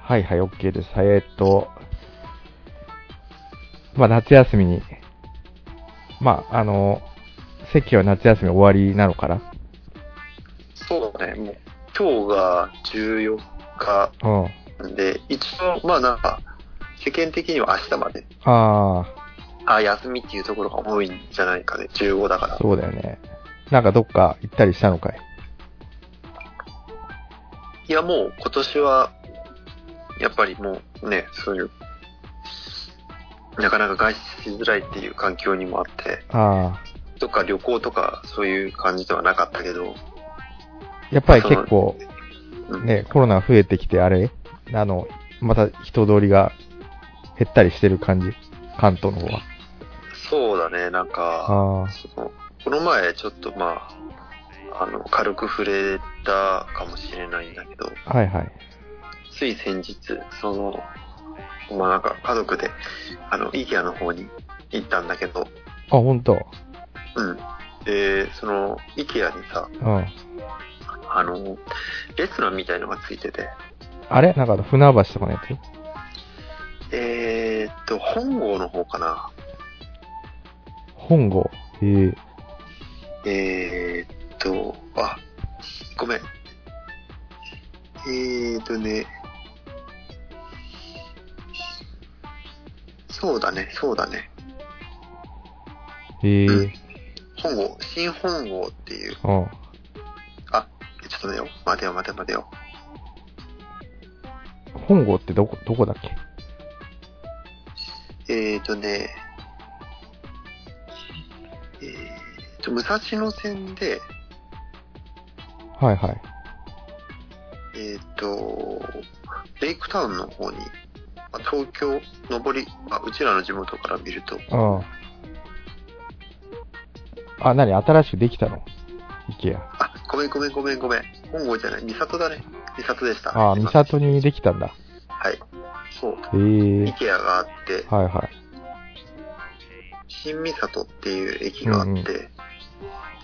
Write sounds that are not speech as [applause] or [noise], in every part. はいはい、OK です。はい、えっと、まあ、夏休みに、まあ、あの、席は夏休み終わりなのかなそうだね、もう、今日が14日うん。なんで、一応、まあなんか、世間的には明日まで、ああ休みっていうところが多いんじゃないかね、15だかあ、ら。そうだよね。なんかどっか行ったりしたのかいいや、もう今年は、やっぱりもうね、そういう、なかなか外出しづらいっていう環境にもあって、あどっか旅行とかそういう感じではなかったけど、あ、やっぱり結構、うんね、コロナ増えてきて、あれあの、また人通りが減ったりしてる感じ関東の方は。そうだね、なんか、ああ、そのこの前ちょっとまあ、あの、軽く触れたかもしれないんだけど、はいはい。つい先日、その、まあなんか家族で、あの、IKEA の方に行ったんだけど、あ、ほんと。うん。で、その、IKEA にさ、うん。あの、レストランみたいのがついてて、あれなんか船橋とかのやつえーっと、本郷の方かな。本郷。えええーっと、あ、ごめん。えーっとね、そうだね、そうだね。ええうん本郷、新本郷っていうう、ん。ちょっと待てよ、待てよ、待てよ、待てよ。本郷ってどこ、どこだっけえーとね、えーと、武蔵野線で、はいはい。えーと、レイクタウンの方に、まあ東京、上り、まあ、うちらの地元から見ると、うん。あ、なに新しくできたの ?IKEA。あ、ごめんごめんごめんごめん。本郷じゃない、三郷だね。三郷でした。あ、すい三ません郷にできたんだ。はい。そう。ええ IKEA があって、はいはい。新三郷っていう駅があって、うんうん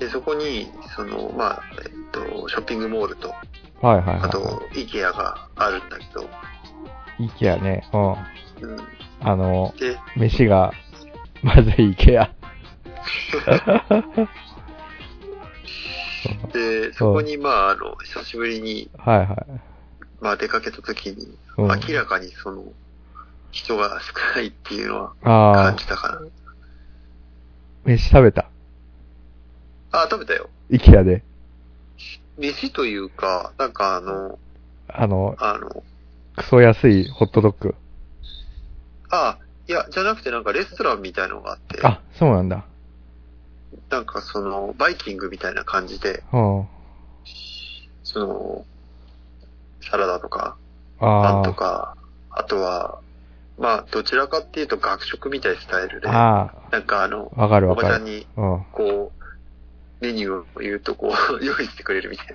で、そこに、その、まあ、えっと、ショッピングモールと、はいはいあはと、IKEA があるんだけど、い。IKEA ね。うん。うん。あの、で、飯が、 [laughs] まずい IKEA。で、そこに、まあ、あの、久しぶりに、はいはい。まあ、出かけた時に、うん、あ明らかにその、人が少ないっていうのはあ感じたかな。ー、飯食べた。あ食べたよ。 IKEA で。飯というか、なんかあの、あの、あの、クソ安いホットドッグ。あいや、じゃなくてなんかレストランみたいのがあって、あ、そうなんだ。なんかその、バイキングみたいな感じで、うん。あその、サラダとか、パンあとか、あとは、まあ、どちらかっていうと学食みたいなスタイルで、ー。なあんかあの、あ、わかるおわばちゃかんる。に、うん。あこう、メニューを言うとこう、 [laughs] 用意してくれるみたいな。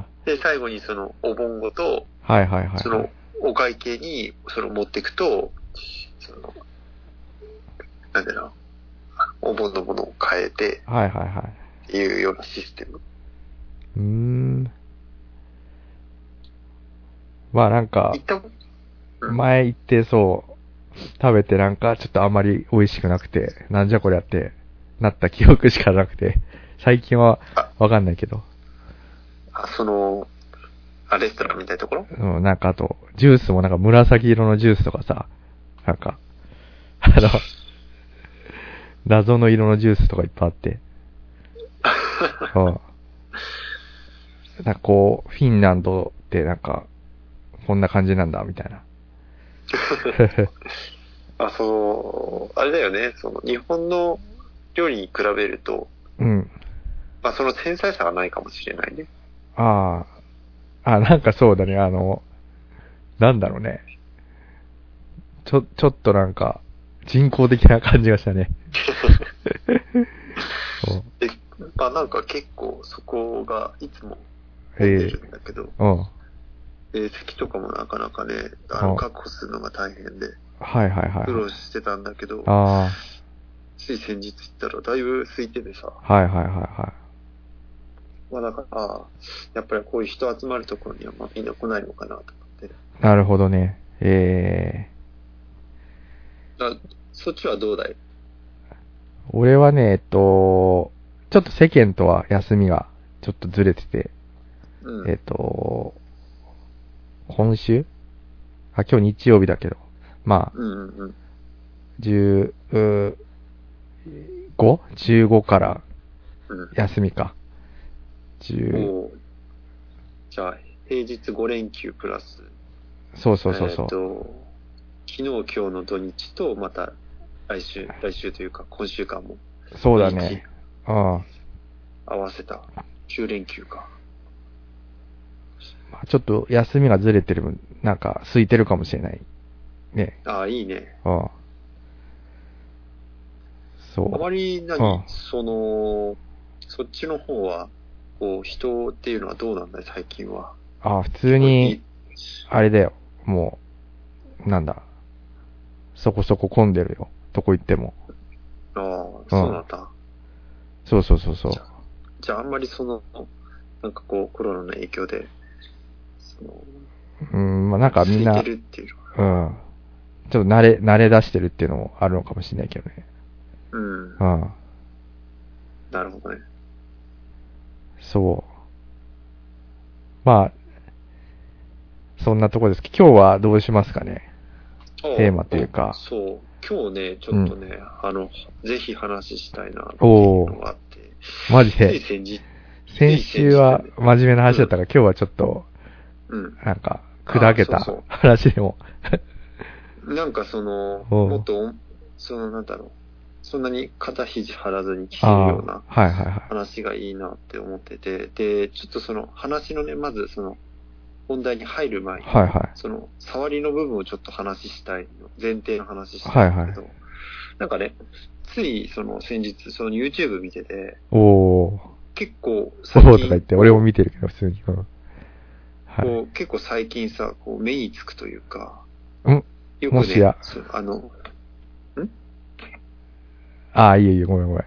あで、最後にその、お盆ごと、ー。はいはいはい。その、お会計に、その、持っていくと、その、なんだろう、お盆のものを変えて、はいはいはい。っていうようなシステム。うーん。まあなんか行っ、たこうん前行ってそう、食べてなんかちょっとあまり美味しくなくて、なんじゃこりゃってなった記憶しかなくて、最近はわかんないけど、あ、その、あ、レストランみたいなところうん、なんかあと、ジュースもなんか紫色のジュースとかさ、なんか、あの、謎の色のジュースとかいっぱいあって、うん。なんかこう、フィンランドってなんか、こんな感じなんだ、みたいな。あ、その、あれだよね、その、日本の料理に比べると、うん。まあ、その繊細さがないかもしれないね。ああ。あ、なんかそうだね、あの、なんだろうね。ちょ、ちょっとなんか、人工的な感じが [laughs] したね。そうで、まあ、なんか結構そこがいつもえ出えるんだけど、うん。はいで席とかもなかなかね、あのあ確保するのが大変で、はいはい苦。労してたんだけど、あつい先日行ったらだいぶ空いててさ、あ、はいはいはいはまあだから、ああやっぱりこういう人集まるところにはまあみんな来ないのかなと。で。なるほどね。えあそっちはどうだいー、俺はね、えっと、ちょっと世間とは休みがちょっとずれてて、うん。えっと、今週あ、今日日曜日だけど、まあ、うんうんうん。 10うー 5?15 からうん休みか。10、おーじゃあ、平日5連休プラス、そうそうそうそうえー、。と昨日、今日の土日と、また来週、来週というか、今週間もそうだね。うん。ま合わせた9連休か。あちょっと休みがずれてる分、なんか空いてるかもしれない。ね。ああ、いいね。うん。そあまう。り何、うんその、そっちの方は、こう、人っていうのはどうなんだい、最近は。あ、普通に、あれだよ。もう、なんだ。そこそこ混んでるよ。どこ行っても。ああ、そうなんだ。そうそうそうそう。じゃあ、あんまりその、なんかこう、コロナの影響で、その、うん、まあなんかみんな、空うん。ちいてょるっていうのは。っと慣れ、慣れ出してるっていうのもあるのかもしれないけどね。うう。んん。なるほどね。そう。まあ、そんなとこですけど、今日はどうしますかね。テーマというかそう。今日ね、ちょっとね、あの、ぜひ話したいな、っていうおーのがあって。マジついで。先日、先週は真面目な話だったから、今日はちょっと、うん。なんか、砕けたあそうそう話でも。なんかその、おうもっとお、その、なんだろう。そんなに肩肘張らずに聞けあるあようなー、はいはいはい。話がいいなって思ってて、で、ちょっとその話のね、まずその、本題に入る前に、はいはい。その、触りの部分をちょっと話したいの、前提の話したいんだけど、なんかね、ついその先日、その YouTube 見てて、おお結構ー、お最近おとか言って、俺も見てるけど、普通に。うんはい。こう結構最近さ、こう目につくというか、うんよもしやそうあの、ああ、いいよいいよ、ごめんごめん。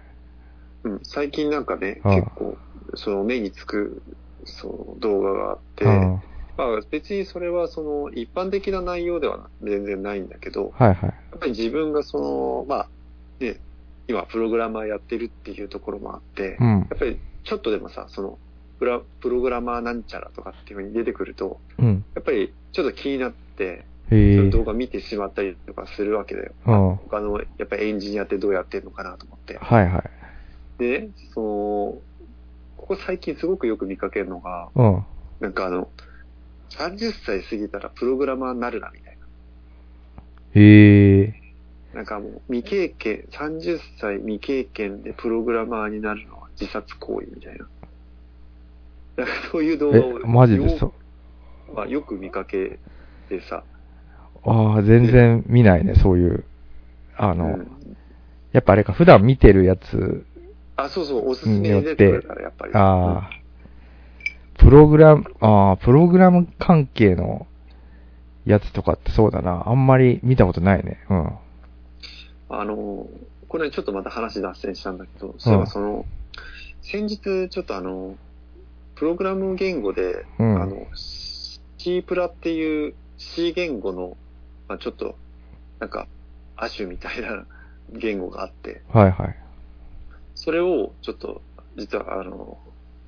うん、最近なんかね、ああ結構、その目につく、そう、動画があって、うん。まはあ別にそれはその一般的な内容では全然ないんだけど、いはい。やっぱり自分がその、まあ、ね、今プログラマーやってるっていうところもあって、うん。やっぱりちょっとでもさ、その、プラプログラマーなんちゃらとかっていうふうに出てくると、うん。やっぱりちょっと気になって、へそえ。の動画見てしまったりとかするわけだよ。うん。はい他の、やっぱりエンジニアってどうやってるのかなと思って。はい。でね、その、ここ最近すごくよく見かけるのが、うん。なんかあの、30歳過ぎたらプログラマーになるなみたいな。へえ。なんかもう未経験、30歳未経験でプログラマーになるのは自殺行為みたいな。なんかそういう動画をえ、マジでよ,、そ、まあ、よく見かけてさ、ああ、全然見ないね、そういう。あの、うんやっぱあれか、普段見てるやつ、あ、そうそう、おすすめに出てくるからやっぱり。ああ、プログラム、ああ、プログラム関係のやつとかってそうだな。あんまり見たことないね。うん。あの、これちょっとまた話脱線したんだけど、そういえばその、先日ちょっとあの、プログラム言語で、うん。あの、C プラっていう C 言語の、まあ、ちょっと、なんか、亜種みたいな [laughs] 言語があって、はいはい。それをちょっと、実はあの、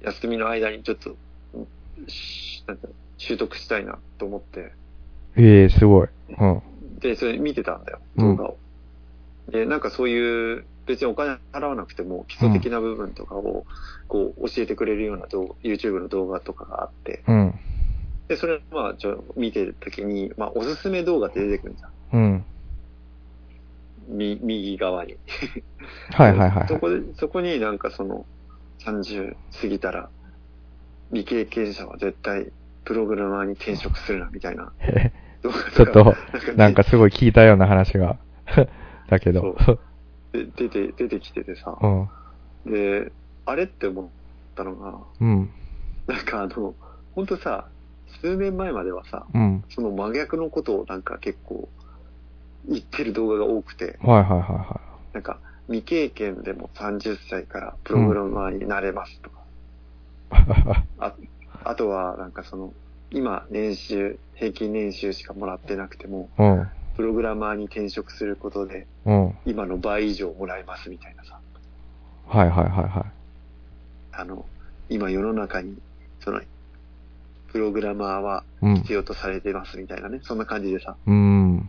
休みの間にちょっと、うんしなんか習得したいなと思って、ええすごい。うん。で、それ見てたんだよ、うん動画を。で、なんかそういう、別にお金払わなくても基礎的な部分とかを、こう、教えてくれるような動画、YouTube の動画とかがあって、うん。で、それ、まあ、ちょ、見てるときに、まあ、おすすめ動画って出てくるじゃん。うん。み、右側に。はいはいはい。そこで、そこになんかその、30過ぎたら、未経験者は絶対、プログラマーに転職するな、みたいなへ動画が。 [laughs] ちょっと、ねなんかすごい聞いたような話が。 [laughs] だけど。で出て、出てきててさ。 [laughs] うん。で、あれって思ったのが、うん。なんかあの、ほんとさ、数年前まではさ、うん。その真逆のことをなんか結構言ってる動画が多くて、はいはいはいはなんか未経験でも30歳からプログラマーになれますとか、い。あとはなんかその今、年収、平均年収しかもらってなくても、うん。プログラマーに転職することで、うん。今の倍以上もらえますみたいなさ、はいはいはいは。あの、今世の中に、その、プログラマーはいうん必要とされてますみたいなね、そんな感じでさ、。うん。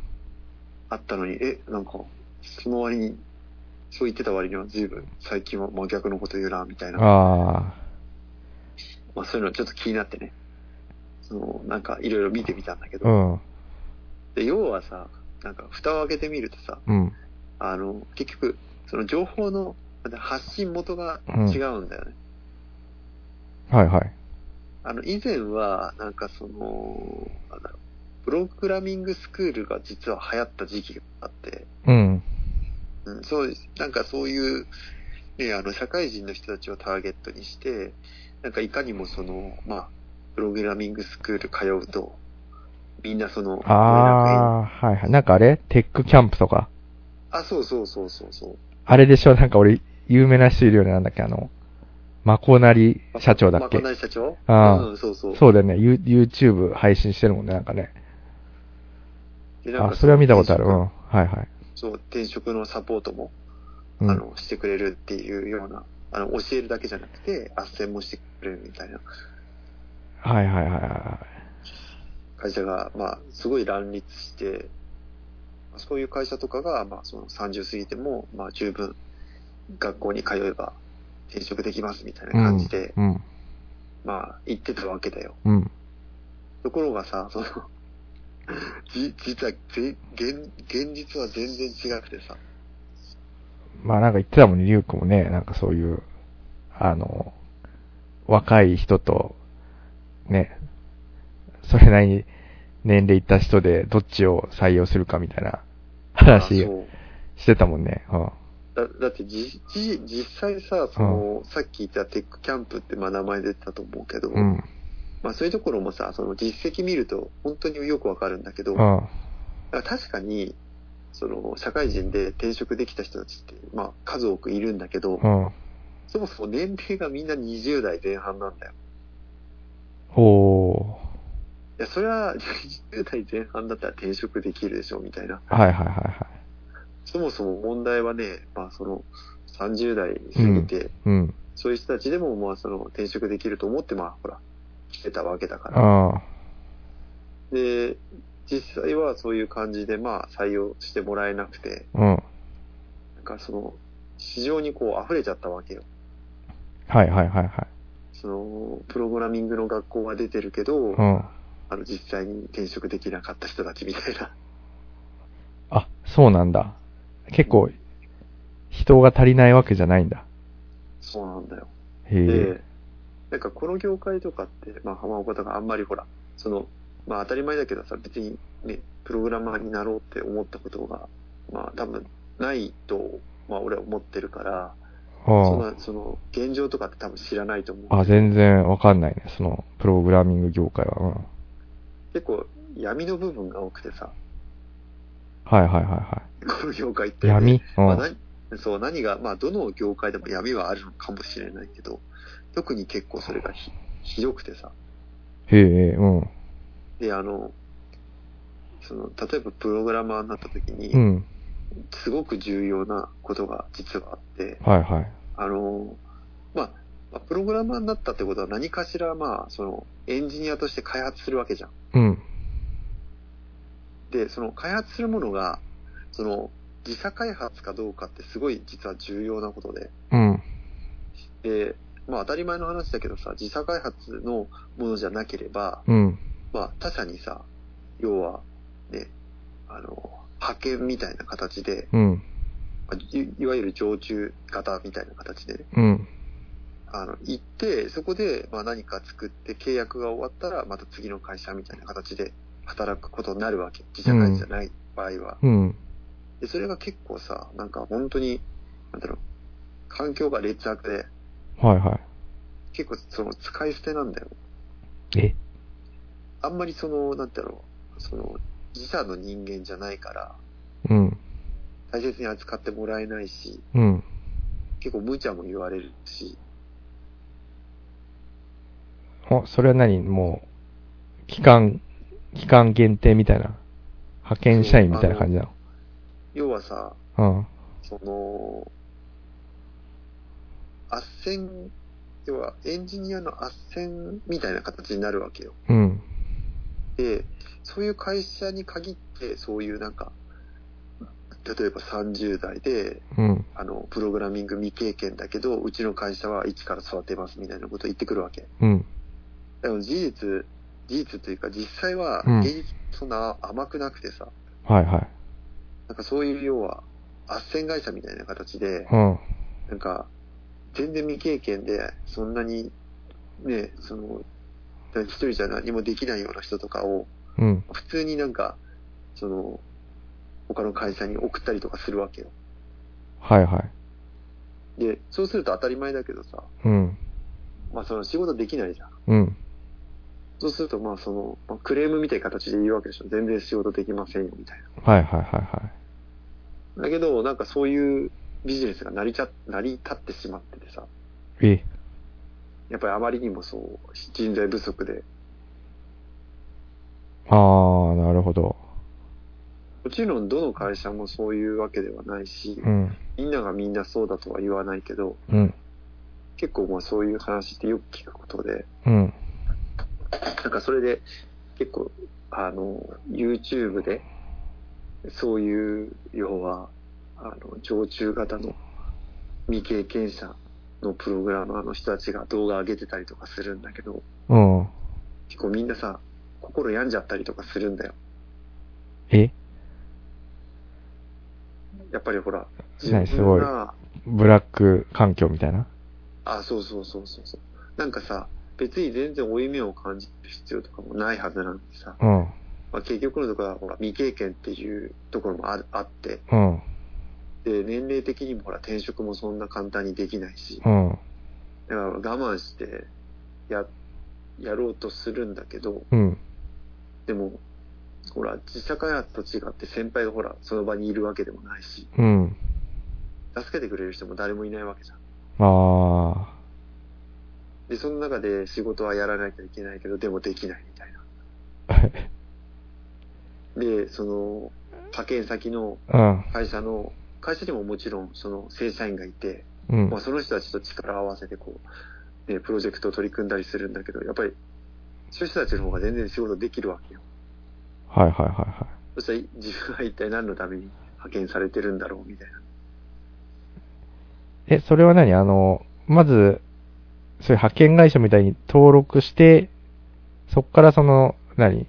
あったのに、え、なんか、その割に、そう言ってた割には随分最近は真逆のこと言うな、みたいな。あまあそういうのちょっと気になってね。その、なんかいろいろ見てみたんだけあ。うど。ん。で、要はさ、なんか蓋を開けてみるとさ、うん。あの、結局、その情報のなんか発信元が違うんだよね。はいはい。あの、以前は、なんかその、なんだろう、プログラミングスクールが実は流行った時期があって、うん。うん、そうです。なんかそういう、ね、あの、社会人の人たちをターゲットにして、なんかいかにもその、まあ、プログラミングスクール通うと、みんなその、ああ、はいはい。なんかあれテックキャンプとか。あ、そうそうそうそうそう。あれでしょなんか俺、有名な人いるよね。なんだっけあの、マコナリ社長だっけまあ、社長ああうん、そうそう。そうだよね。ユ YouTube 配信してるもんね。なんかね。でなんあ、かそれは見たことある。う転ん。職はいはい。そう、転職のサポートも、うあん。の、してくれるっていうような、あの、教えるだけじゃなくて、斡旋もしてくれるみたいなはいはいはいは。会社が、まあ、すごい乱立して、そういう会社とかが、まあ、その30過ぎても、まあ、十分、学校に通えば転職できますみたいないうん感じで、うん。まあ、言ってたわけだよ。うん。ところがさ、その、 [laughs] じ、実は、ぜ現、現実は全然違くてさ、まあなんか言ってたもんね、リュウ君もね、なんかそういう、あの、若い人と、ね、それなりに年齢いった人でどっちを採用するかみたいな話あそうしてたもんね。うん。だだってじじ実際さその、さっき言ったテックキャンプってまあ名前出てたと思うけど、うん。まあ、そういうところもさその実績見ると本当によくわかるんだけど、うん。だから確かに、その、社会人で転職できた人たちって、まあ、数多くいるんだけど、うん。そもそも年齢がみんな20代前半なんだよ。おー。いや、それは20代前半だったら転職できるでしょ、みたいな。はいはいはいはい。そもそも問題はね、まあ、その、30代過ぎて、うん。そういう人たちでも、まあ、その、転職できると思って、まあ、ほら、来てたわけだから。あで、実際はそういう感じで、まあ、採用してもらえなくて、あ。うん。なんかその、市場にこう、溢れちゃったわけよ。はいはいはいはい。その、プログラミングの学校は出てるけど、うん。あの、実際に転職できなかった人たちみた [laughs] いな。あ、そうなんだ。結構、人が足りないわけじゃないんだ。そうなんだよ。へえ。で、なんかこの業界とかって、まあ、浜岡とかあんまりほら、その、まあ当たり前だけどさ、別にね、プログラマーになろうって思ったことが、まあ多分ないと、まあ俺は思ってるから、そんうん。な、その、現状とかって多分知らないと思う。あ、全然わかんないね。その、プログラミング業界は。うん。結構闇の部分が多くてさ、 [laughs] はいはいはいはこの業界ってい。ね、闇うまあ、ん。何そう何が、まあ、どの業界でも闇はあるのかもしれないけど、特に結構それがひひどくてさ、へえ、うん。で、あの、その例えばプログラマーになった時に、うん。すごく重要なことが実はあって、はいはい。あの、まあ、まあプログラマーになったってことは何かしら、まあ、その、エンジニアとして開発するわけじゃん。うん。で、その開発するものが、その、自社開発かどうかってすごい実は重要なことで、うん。で、まあ当たり前の話だけどさ、自社開発のものじゃなければ、うん。まあ他社にさ、要は、ね、あの、派遣みたいな形で、うん。まあいいわゆる常駐型みたいな形でね、うん。あの、行って、そこで、まあ何か作って契約が終わったら、また次の会社みたいな形で働くことになるわけ。自社会社じゃない場合は。うん。で、それが結構さ、なんか本当に、なんだろう、環境が劣悪で、はいは結構その使い捨てなんだよ。い。えあんまりその、なんだろう、その、自社の人間じゃないから、うん。大切に扱ってもらえないし、うん。結構無茶も言われるし、お、それは何もう、期間、期間限定みたいな、派遣社員みたいな感じな要はさ、の。その、斡旋、要はエンジニアの斡旋みたいな形になるわけよ。うん。うん。で、そういう会社に限って、そういうなんか、例えば30代で、うん。あの、プログラミング未経験だけど、うちの会社は一から育てますみたいなこと言ってくるわけ。うん。でも事実、事実というか実際はうん、現実そんな甘くなくてさ、はいはい。なんかそういう要は、斡旋会社みたいな形で、うん。なんか、全然未経験で、そんなに、ね、その、一人じゃ何もできないような人とかを、うん。普通になんか、その、他の会社に送ったりとかするわけよ。はいはい。で、そうすると当たり前だけどさ、うん。まあその仕事できないじゃん。うん。そうするとまあその、まあ、クレームみたいな形で言うわけでしょ。全然仕事できませんよ、みたいはいはいはな。だけど、なんかそういうビジネスが成りちゃ、成り立ってしまっててさ、いはい。え、やっぱりあまりにもそう、人材不足で、あー、なるほど。もちろんどの会社もそういうわけではないしう、ん。みんながみんなそうだとは言わないけど、うん。結構まあそういう話ってよく聞くことで、うん。なんかそれで結構、あの、YouTube で、そういう、要は、あの、常駐型の未経験者のプログラマーの人たちが動画上げてたりとかするんだけど、うん。結構みんなさ、心病んじゃったりとかするんだよ。えやっぱりほら、ねすごいが、ブラック環境みたいなあ、そうそうそうそうそう。なんかさ、別に全然負い目を感じる必要とかもないはずなんでさ、うん。まあ、結局のところはほら未経験っていうところもああって、うん。で、年齢的にもほら転職もそんな簡単にできないし、うん。だから我慢してや、やろうとするんだけど、うん。でも、ほら、自社開発と違って先輩がほら、その場にいるわけでもないし、うん。助けてくれる人も誰もいないわけじゃん。あで、その中で仕事はやらなきゃいけないけど、でもできないみたいな。ー。で、その、派遣先のうん。会社の、会社にももちろん、その、正社員がいて、うんまあ、。その人たちと力を合わせて、こう、ね、プロジェクトを取り組んだりするんだけど、やっぱり、そういう人たちの方が全然仕事できるわけよ。はいはいはいはそしたら、自分は一体何のために派遣されてるんだろう、みたいな。い。え、それは何あの、まず、そういう派遣会社みたいに登録して、そこからその、何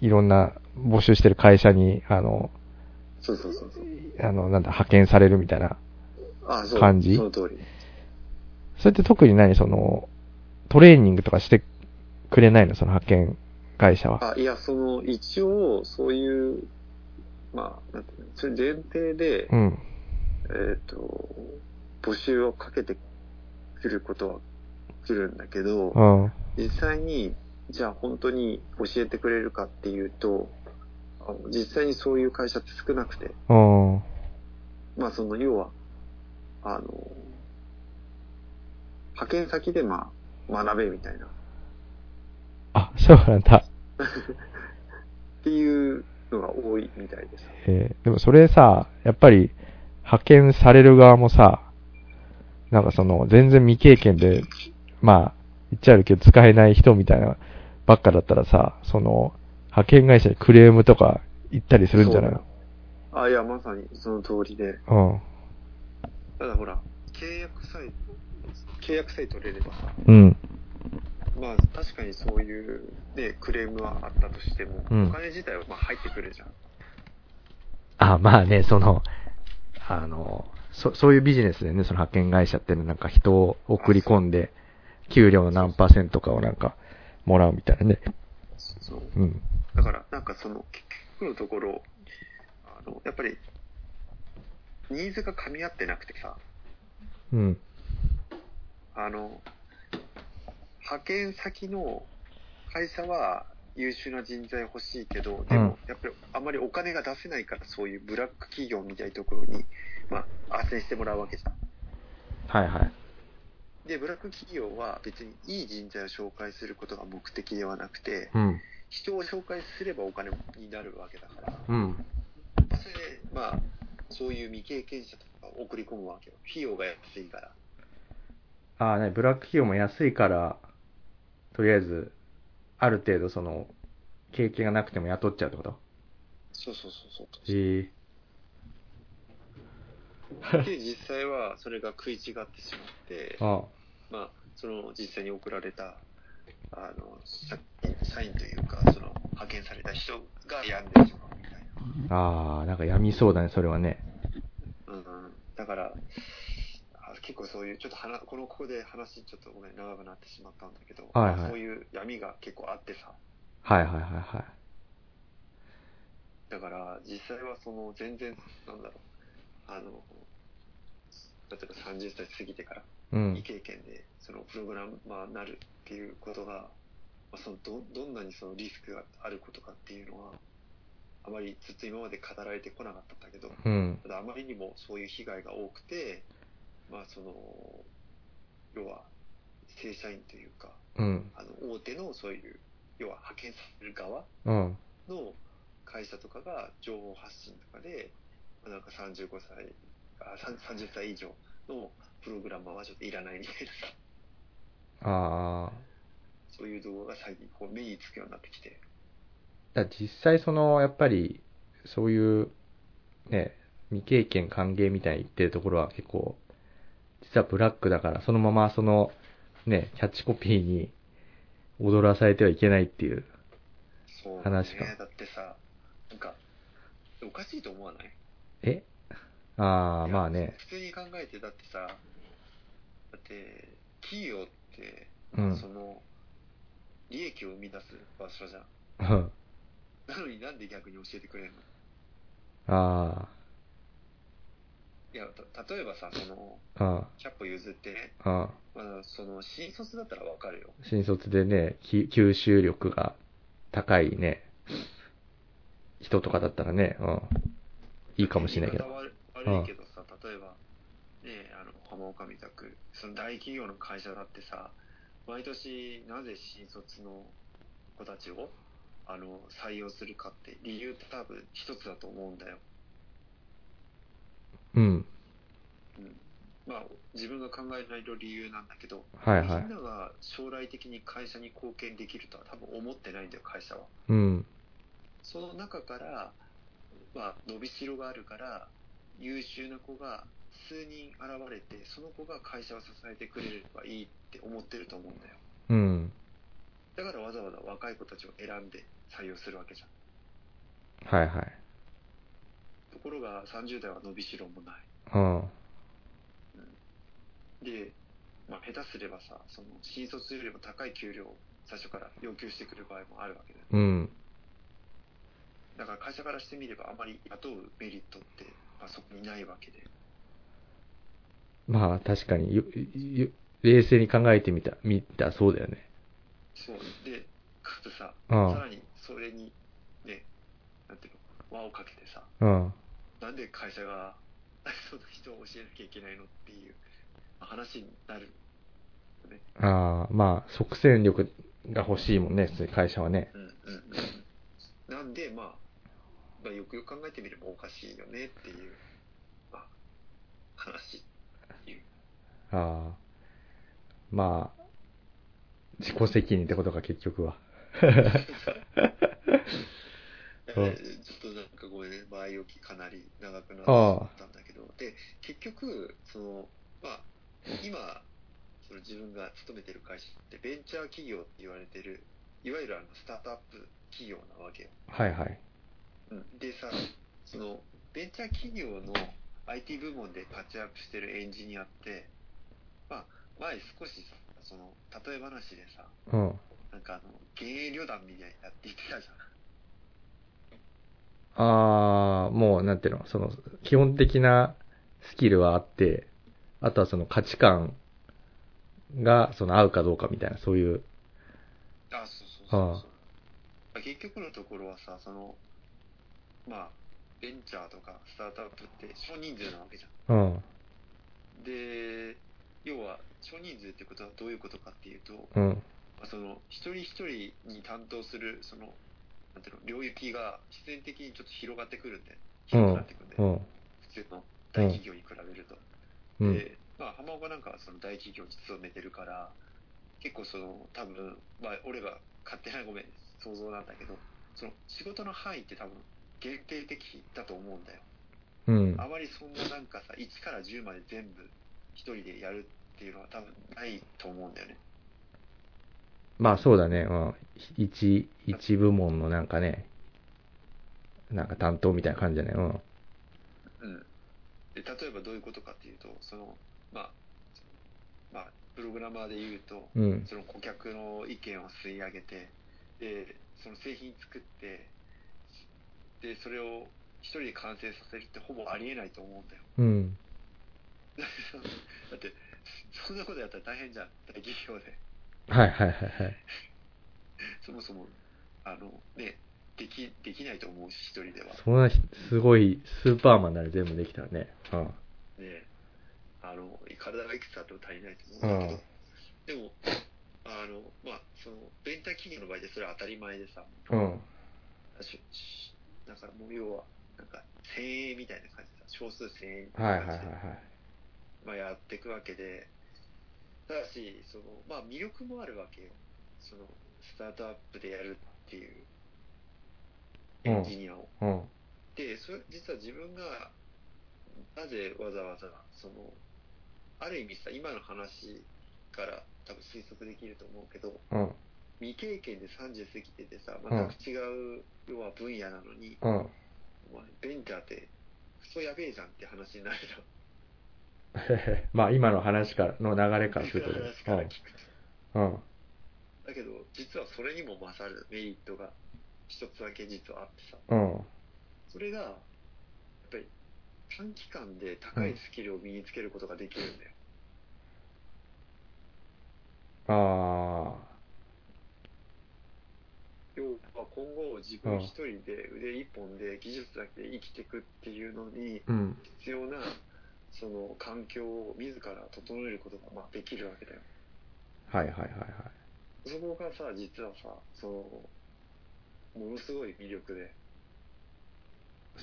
いろんな募集してる会社に、あの、そうそうそうそう。あの、なんだ、派遣されるみたいな。ああ、そう。感じその通り。それって特に何その、トレーニングとかしてくれないのその派遣会社は。あ、いや、その、一応、そういう、まあ、なんていうの、そういう前提で、うん。えっ、と、募集をかけてくることは来るんだけどう、ん。実際に、じゃあ本当に教えてくれるかっていうと、あの実際にそういう会社って少なくて、うん。はまあその要は、あの、派遣先でまあ学べみたいな、っあ、そうなんだ。ていうのが多いみたいです。えーでもそれさ、やっぱり派遣される側もさ、なんかその全然未経験で、まあ、言っちゃうけど使えない人みたいなばっかだったらさ、その派遣会社にクレームとか行ったりするんじゃないのあ、いや、まさにその通りで、うん。ただほら、契約さえ、契約さえ取れればさ、うん。まあ確かにそういう、ね、クレームはあったとしても、うんお金自体はまあ入ってくるじゃん。あ、まあね、その、あの、そ、そういうビジネスでね、その派遣会社ってなんか人を送り込んで、給料の何パーセントかをなんか、もらうみたいなね。そううん。だからなんかその結局のところあのやっぱりニーズが噛み合ってなくてさうん。あの派遣先の会社は優秀な人材欲しいけどでもやっぱりあまりお金が出せないからそういうブラック企業みたいなところにまあ斡旋してもらうわけじゃんはいはい。で、ブラック企業は別にいい人材を紹介することが目的ではなくて、うん。人を紹介すればお金になるわけだから、うん。まあそれで、まあ、そういう未経験者とかを送り込むわけよ。費用が安いから。ああ、ね、ブラック企業も安いから、とりあえず、ある程度その、経験がなくても雇っちゃうってことそうそうそうそう。へえ。で、実際はそれが食い違ってしまって、あまあ、その実際に送られた、あの、さ社員というか、その派遣された人が病んでしまうみたいな。あ。ああ、なんか闇そうだね、それはね。うんうんだから、あ結構そういう、ちょっと話、この、ここで話、ちょっとごめん、長くなってしまったんだけど、はいはいまあそういう闇が結構あってさ、はいはいはいはい。だから、実際はその、全然、なんだろう、あの、例えば30歳過ぎてから、う未ん。経験で、その、プログラマーになるっていうことが、まあ、そのど、どんなにそのリスクがあることかっていうのは、あまりずっと今まで語られてこなかったんだけど、うん。ただあまりにもそういう被害が多くて、まあ、その要は正社員というかうん。あの大手のそういう要は派遣される側うん。の会社とかが情報発信とかで、まあなんか35歳あ30 30歳以上のプログラマーはちょっといらないみたいなさああ。そういう動画が最近こう目につくようになってきてだから実際その、やっぱり、そういう、ね、未経験歓迎みたいに言ってるところは結構、実はブラックだから、そのままその、ね、キャッチコピーに踊らされてはいけないっていう。そうだ話かねだってさなんかおかしいと思わないえああ、いやまあね。普通に考えて、だってさ、だって、企業って、うそん。の、利益を生み出す場所じゃん。うんなのになんで逆に教えてくれるのあいや、た例えばさ、その、あ、あ100歩譲ってね、あ、ああ。まあ、その、新卒だったらわかるよ。新卒でね、き吸収力が高いね、人とかだったらね、うん。いいかもしれないけ言ど。い方悪悪いけどさ、例えば、ね、あの、浜岡みたく、その大企業の会社だってさ、毎年なぜ新卒の子たちを、あの、採用するかって、理由って多分一つだと思うんだよ。うん。うん。まあ、自分が考えない理由なんだけど、はいはいみん。なが将来的に会社に貢献できるとは多分思ってないんだよ、会社は。うん。その中から、まあ、伸びしろがあるから、優秀な子が数人現れて、その子が会社を支えてくれればいいって思ってると思うんだよ。うん。だからわざわざ若い子たちを選んで採用するわけじゃん。はいはい。ところが30代は伸びしろもない。うん。で、まあ、下手すればさ、その新卒よりも高い給料を最初から要求してくる場合もあるわけだよ。うん。だから会社からしてみればあまり雇うメリットって、まあ、そこにないわけで。まあ確かに、よよ冷静に考えてみた、見たそうだよね。そう。で、かつさ、うさん。らにそれに、ね、なんていうの、輪をかけてさ、うん。なんで会社がその人を教えなきゃいけないのっていうまあ話になる。ああ、まあ、即戦力が欲しいもんね、普通に会社はね。うんうんうん。なんで、まあ、まあ、よくよく考えてみればおかしいよねっていう、まあ、話っていう。ああ。まあ、自己責任ってことか、結局は。えうんーちょっとなんかごめんね、前置きかなり長くなってしまったんだけど、で、結局、その、まあ、今、その自分が勤めてる会社って、ベンチャー企業って言われてる、いわゆるあのスタートアップ企業なわけよ。はいはい。うん、でさ、その、ベンチャー企業の IT 部門でパッチアップしてるエンジニアって、まあ、前少しさ、その、例え話でさ、うん。なんかあの、現役旅団みたいなって言ってたじゃん。ああ、もう、なんていうの、その、基本的なスキルはあって、あとはその価値観が、その、合うかどうかみたいな、そういう、あ、そうそうそうそう。結局のところはさ、その、まあ、ベンチャーとかスタートアップって少人数なわけじゃうん。ん。で、要は少人数ってことはどういうことかっていうと、まうん。あその一人一人に担当するそのなんていうの領域が必然的にちょっと広がってくるんで広がってくるんで、うん。普通の大企業に比べると、うん。で、まあ、浜岡なんかはその大企業に勤めてるから、結構その、多分、まあ、俺が勝手なごめん、想像なんだけど、その、仕事の範囲って多分、限定的だと思うんだよ。うん。あまりそんななんかさ、1から10まで全部、一人でやるっていうのは多分ないと思うんだよね。まあそうだね。うん。一、一部門のなんかね、なんか担当みたいな感じだね。うん。うん。で、例えばどういうことかっていうと、その、まあ、まあ、プログラマーで言うと、うん。その顧客の意見を吸い上げて、で、その製品作って、で、それを一人で完成させるってほぼありえないと思うんだよ。 [laughs] うん。だって、そんなことやったら大変じゃん、大企業で。 [laughs] はいはいはいはい。そもそも、あの、ね、でき、できないと思うし、一人では。そんなひ、すごい、スーパーマンなら全部できたらね。うん。ね、あの、体がいくつあっても足りないと思うんだけど、でも、あの、まあ、その、ベンター企業の場合でそれは当たり前でさ、うん。ししなんかもう要は、なんか、精鋭みたいな感じでさ、少数精鋭みたいはいはないはい感じで、はい。まあやっていくわけで、ただし、その、まあ魅力もあるわけよ。その、スタートアップでやるっていう、うんエンジニアを。うん。で、それ、実は自分が、なぜわざわざ、その、ある意味さ、今の話から多分推測できると思うけど、うん。未経験で30過ぎててさ、うん全く違う、要は分野なのに、うん。 [laughs] お前ベンチャーってクソやべえじゃんって話になるよ。へへまあ今の話から、の流れからするとね話から聞くと。うん。うん。だけど、実はそれにも勝るメリットが一つだけ実はあってさ、うん。それが、やっぱり短期間で高いスキルを身につけることができるんだよ。あ要は今後自分一人で腕一本で技術だけで生きていくっていうのにあ。うん。必要なその環境を自ら整えることがまあできるわけだよ。はいはいはいはい。そこがさ、実はさ、その、ものすごい魅力で、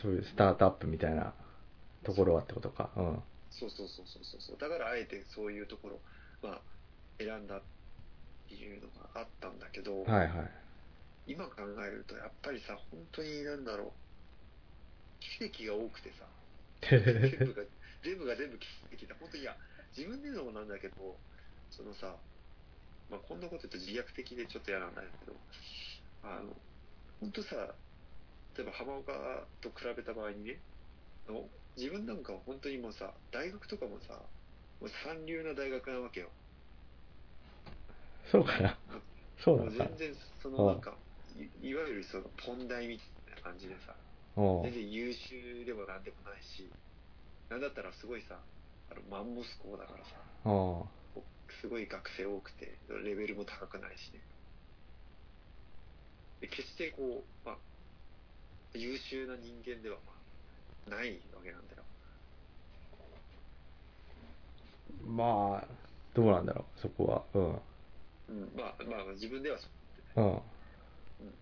そういうスタートアップみたいなところはってことか。うん。そうそうそうそうそうそう。だからあえてそういうところ、まあ、選んだっていうのがあったんだけど、はいはい。 [laughs] 今考えるとやっぱりさ、本当になんだろう、奇跡が多くてさ、全部が、全部が全部奇跡だ。本当にいや、自分で言うのもなんだけど、そのさ、まあ、こんなこと言うと自虐的でちょっと嫌なんだけど、あの、本当さ、例えば浜岡と比べた場合にね、あの自分なんかは本当にもうさ、大学とかもさ、もう三流な大学なわけよ。そうかな。 [laughs] そうもなうんだ全。然、そあのあなんか、いいわゆるその、ポン大みたいな感じでさ、おう全然優秀でもなんでもないし、なんだったらすごいさ、あの、マンモス校だからさ、おうすごい学生多くて、レベルも高くないしね。で決してこう、まあ、優秀な人間では、まあ、ないわけなんだよ。まあ、どうなんだろう、そこは。うん。うん、まあ、まあ、自分ではそう。うん。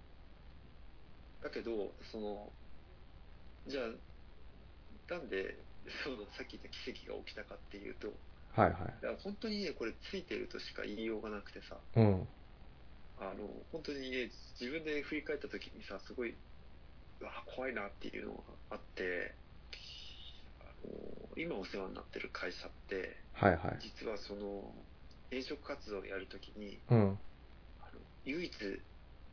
だけど、その、じゃあ、なんで、その、さっき言った奇跡が起きたかっていうと、はいはい。いや本当にね、これついてるとしか言いようがなくてさ、うん。あの、本当にね、自分で振り返った時にさ、すごい、うわ怖いなっていうのがあって、あの、今お世話になってる会社って、はいはい。実はその、転職活動をやるときに、うん。あの、唯一、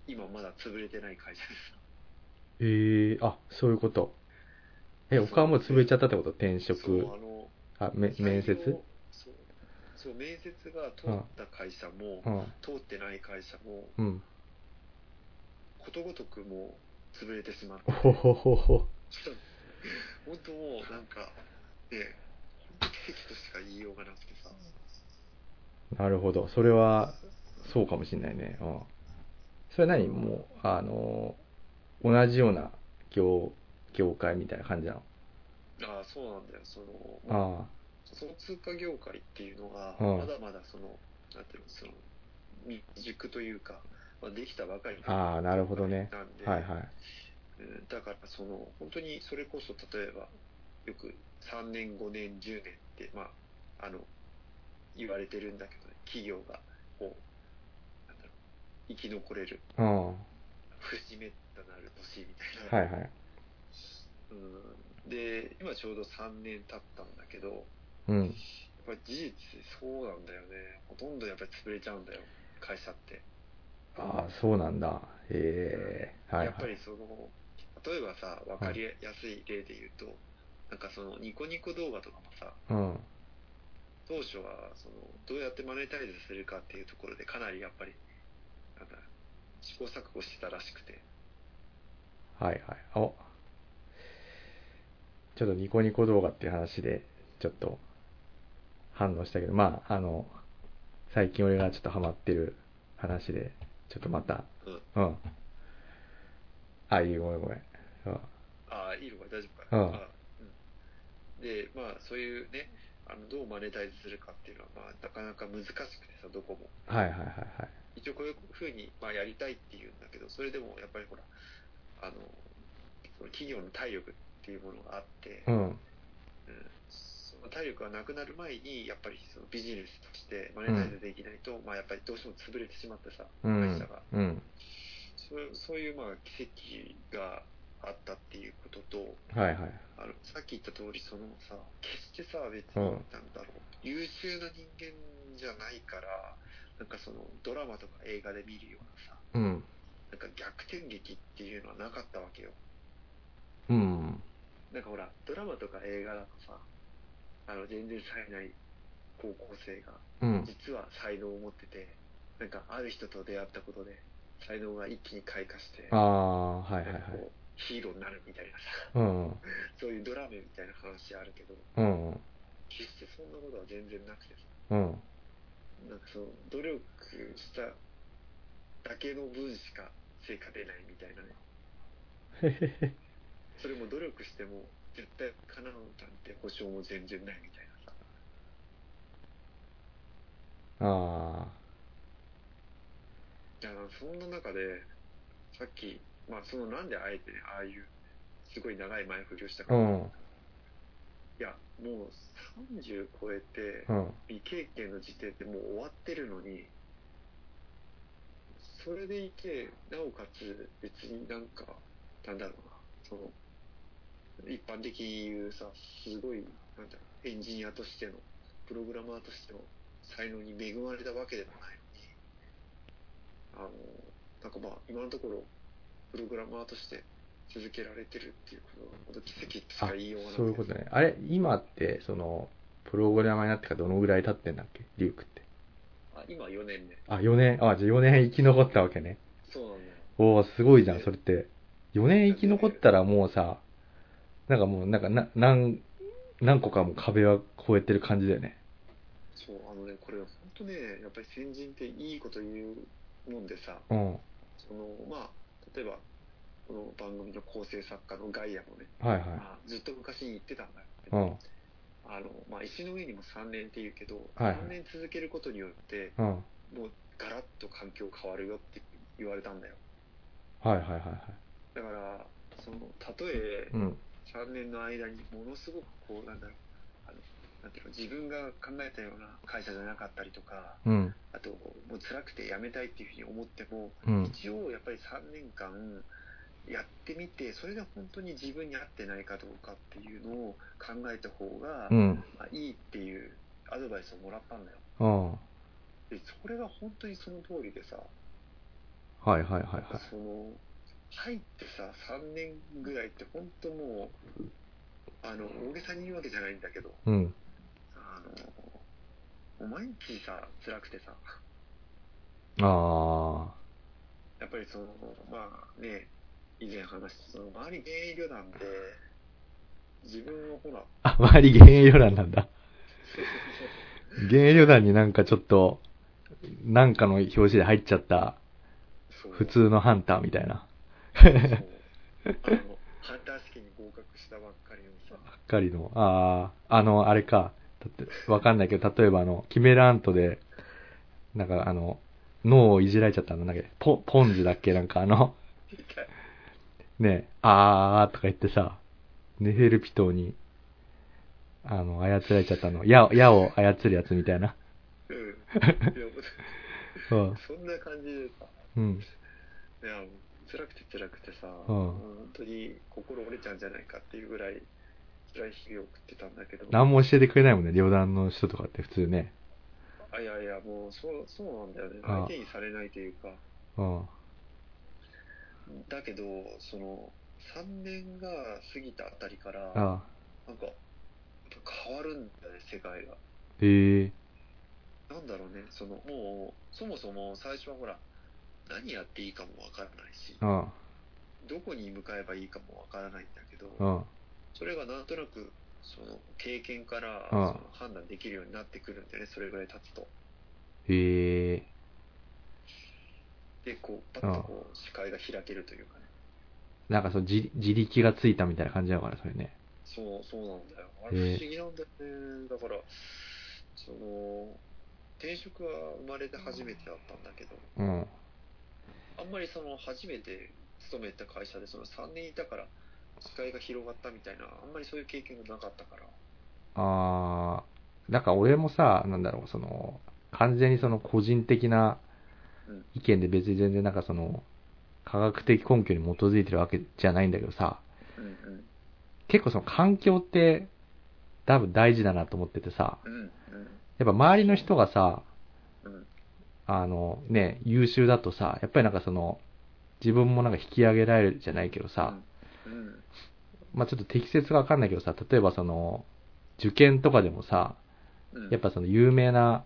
今まだ潰れてない会社です。ええあ、そういうこと。え、そう他はもう潰れちゃったってこと転職そう、あ、の、あ、め面採接用そう、そう、面接が通った会社も、うん。通ってない会社も、うん。ことごとくもう、潰れてしまっておほほほほ。 [laughs] 本当もうなんか、ね、本当奇跡としか言いようがなくてさ、なるほど。それは、そうかもしれないね。うん。それ何もう、あの、同じような業、業界みたいな感じなのああ、そうなんだよ、その、あその通貨業界っていうのが、うんまだまだその、なんていうの、その、未熟というか、まあ、できたばかりああなるほどねなんで、はいはい。うんだからその、本当にそれこそ例えば、よく3年、5年、10年って、まあ、あの、言われてるんだけどね、企業が、こう、なんだろう、生き残れる、うん。は節目となる年みたいいな。はい。うんで、今ちょうど3年経ったんだけど、うん。やっぱり事実そうなんだよね。ほとんどやっぱり潰れちゃうんだよ、会社って。ああ、そうなんだ。へえ。はいやっぱはい。りその、例えばさ、わかりやすい例で言うと、なんかそのニコニコ動画とかもさ、うん。当初はそのどうやってマネタイズするかっていうところでかなりやっぱり、なんだ、試行錯誤してたらしくて。はいはい。おちょっとニコニコ動画っていう話で、ちょっと反応したけど、まあ、あの、最近俺がちょっとハマってる話で、ちょっとまた、うん。うん。あ、いい、ごめんごめん。うんああ、いいのか大丈夫かな。うんあうんで、まあそういうね、あのどうマネタイズするかっていうのは、まあなかなか難しくてさ、どこも。はいはいはいはい。一応こういうふうに、まあ、やりたいっていうんだけど、それでもやっぱりほら、あの、その企業の体力っていうものがあって、うん。うんその体力がなくなる前に、やっぱりそのビジネスとしてマネタイズできないと、まあやっぱりどうしても潰れてしまってさ、う会社んが。。うん。そうそういうまあ奇跡があったっていうことと、はいはい。あのさっき言った通り、そのさ、決してさ、別に、うんなんだろう、優秀な人間じゃないから、なんかそのドラマとか映画で見るようなさ、うん。なんか逆転劇っていうのはなかったわけよ。うん。なんかほら、ドラマとか映画だとさ、あの、全然冴えない高校生が、うん。実は才能を持ってて、なんかある人と出会ったことで、才能が一気に開花して、ああ、はいはいなんはかい。こうヒーローになるみたいなさ、うん。うんそういうドラマみたいな話あるけど、うん。決してそんなことは全然なくてさ、うん。なんかその、努力しただけの分しか成果出ないみたいなね。へへへ。 [laughs] それも努力しても絶対叶うなんて保証も全然ないみたいなさあだからそんな中でさっきまあそのなんであえてねああいうすごい長い前振りをしたあ。か、ういん。やもう30超えてうん。未経験の時点でもう終わってるのにそれでいてなおかつ別になんかなんだろうなその一般的に言うさすごいなんだろうエンジニアとしてのプログラマーとしての才能に恵まれたわけでもないのにあのなんかまあ今のところプログラマーとして続けられてるっていうことは本当奇跡としあか言いようがないそういうことね。あれ、今って、その、プログラマーになってからどのぐらい経ってんだっけリュークって。あ今4年目あ、4年。あ、じゃあ4年生き残ったわけね。そうなんだよおおすごいじゃん、それって。4年生き残ったらもうさ、なんかもう、なんかな、何、何個かもう壁は超えてる感じだよね。そう、あのね、これ、本当ね、やっぱり先人っていいこと言うもんでさ、うん。はいその、まあ、例えば、この番組の構成作家のガイアもね、はまあ、ずっと昔に言ってたんだけい。うど、ん。あの、まあ、石の上にも3年って言うけど、はい3年続けることによって、うん。はいもう、ガラッと環境変わるよって言われたんだよ。はいはいはだから、その、たとえい。、うん。 3年の間にものすごくこう、なんだろう、あの、なんていうの、自分が考えたような会社じゃなかったりとか、うん。あと、もう辛くて辞めたいっていうふうに思っても、うん。一応やっぱり3年間やってみて、それが本当に自分に合ってないかどうかっていうのを考えた方が、うん。まあ、いいっていうアドバイスをもらったんだよ。うん。で、それが本当にその通りでさ、はいはいはいはい。その、入ってさ、3年ぐらいって本当もう、あの、大げさに言うわけじゃないんだけど、うん。あの、毎日さ、辛くてさ、あやっぱりその、まあね、以前話した、その周り現役旅団で、自分をほら、あ。あ、周り現役旅団なんだ。現役旅団になんかちょっと、なんかの表紙で入っちゃったそう普通のハンターみたいな、そうあの、ハンター試験に合格したばっかりのさ、ばっかりの、ああ、あの、あれか、だってわかんないけど、例えばあの、キメラントで、なんかあの、脳をいじられちゃったの、なんか、ポ、ポンジだっけなんかあの、ねえ、あーとか言ってさ、ネフェルピトーに、あの、操られちゃったの。矢を、矢を操るやつみたいな。うん。いやもうんう。そんな感じでさ、うん。いや、もう辛くて辛くてうさ、ん本当に心折れちゃうんじゃないかっていうぐらい辛い日々を送ってたんだけど、何も教えてくれないもんね、両団の人とかって普通ね。あいやいや、もうそうそうなんだよね、あ相手にされないというか、うん。だけど、その3年が過ぎたあたりから、なんかあ変わるんだね、世界が。えー、なんだろうね、そのもう、そもそも最初はほら、何やっていいかもわからないし、うん、どこに向かえばいいかもわからないんだけど、うん、それがなんとなくその経験からそうんの判断できるようになってくるんだよね、それぐらい経つと。ええで、こう、パッとこう視界が開けるというかね。ー、なんかその自自力がついたみたいな感じだから、それね。そう、そうなんだよ。へあえれ不思議なんだよね。だから、その、転職は生まれて初めてだったんだけど、うん、あんまりその初めて勤めた会社でその3年いたから、視界が広がったみたいな、あんまりそういう経験がなかったから。あー、なんか俺もさ、なんだろう、その、完全にその個人的なうん意見で別に全然なんかその、科学的根拠に基づいてるわけじゃないんだけどさ、うんうん。結構その環境って多分大事だなと思っててさ、うんやっぱ周りの人がさ、うん。うん。あのね、優秀だとさ、やっぱりなんかその、自分もなんか引き上げられるじゃないけどさ、うん。まあちょっと適切かわかんないけどさ、例えばその、受験とかでもさ、うん。やっぱその有名な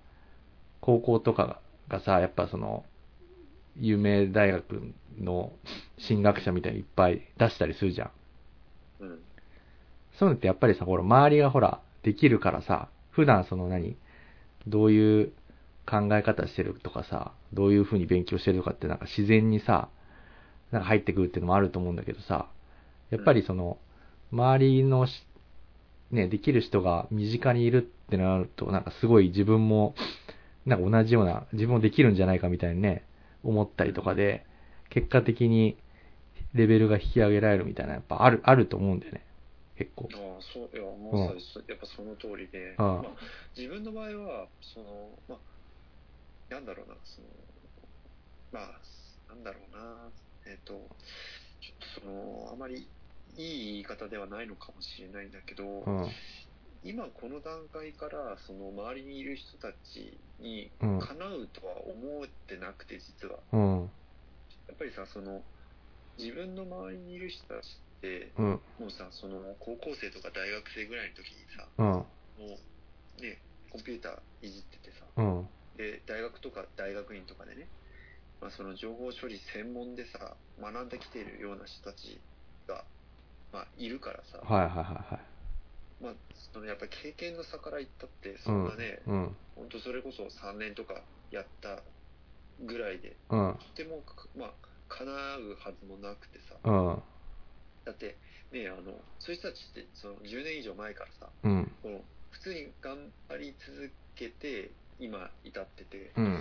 高校とかがさ、やっぱその、有名大学の進学者みたいにいっぱい出したりするじゃん。うん。そういうのってやっぱりさ、ほら、周りがほら、できるからさ、普段その何、どういう考え方してるとかさ、どういうふうに勉強してるとかってなんか自然にさ、なんか入ってくるっていうのもあると思うんだけどさ、やっぱりその、周りのし、ね、できる人が身近にいるってなると、なんかすごい自分も、なんか同じような、自分もできるんじゃないかみたいにね、思ったりとかで、結果的にレベルが引き上げられるみたいな、やっぱある、あると思うんだよね。結構。ああそういやもうんうさ、やっぱその通りで、ああまあ、自分の場合はその、まあ、なんだろうなそのまあなんだろうなえっ、とちょっとそのあまりいい言い方ではないのかもしれないんだけど、うん。今この段階からその周りにいる人たちにうんかなうとは思ってなくて実はうん。やっぱりさその自分の周りにいる人たちってうん。もうさその高校生とか大学生ぐらいの時にさうん。もうね、コンピューターいじっててさ、うん。で、大学とか大学院とかでね、まあ、その情報処理専門でさ、学んできているような人たちが、まあ、いるからさ、はいはいはいはい。まあ、そのやっぱり経験の差から言ったって、そんなね、うん。本当それこそ3年とかやったぐらいで、うん。とても、まあ、叶うはずもなくてさ、うん。だって、ね、あの、そういう人たちって、その10年以上前からさ、うん。この普通に頑張り続けて今至っててうん。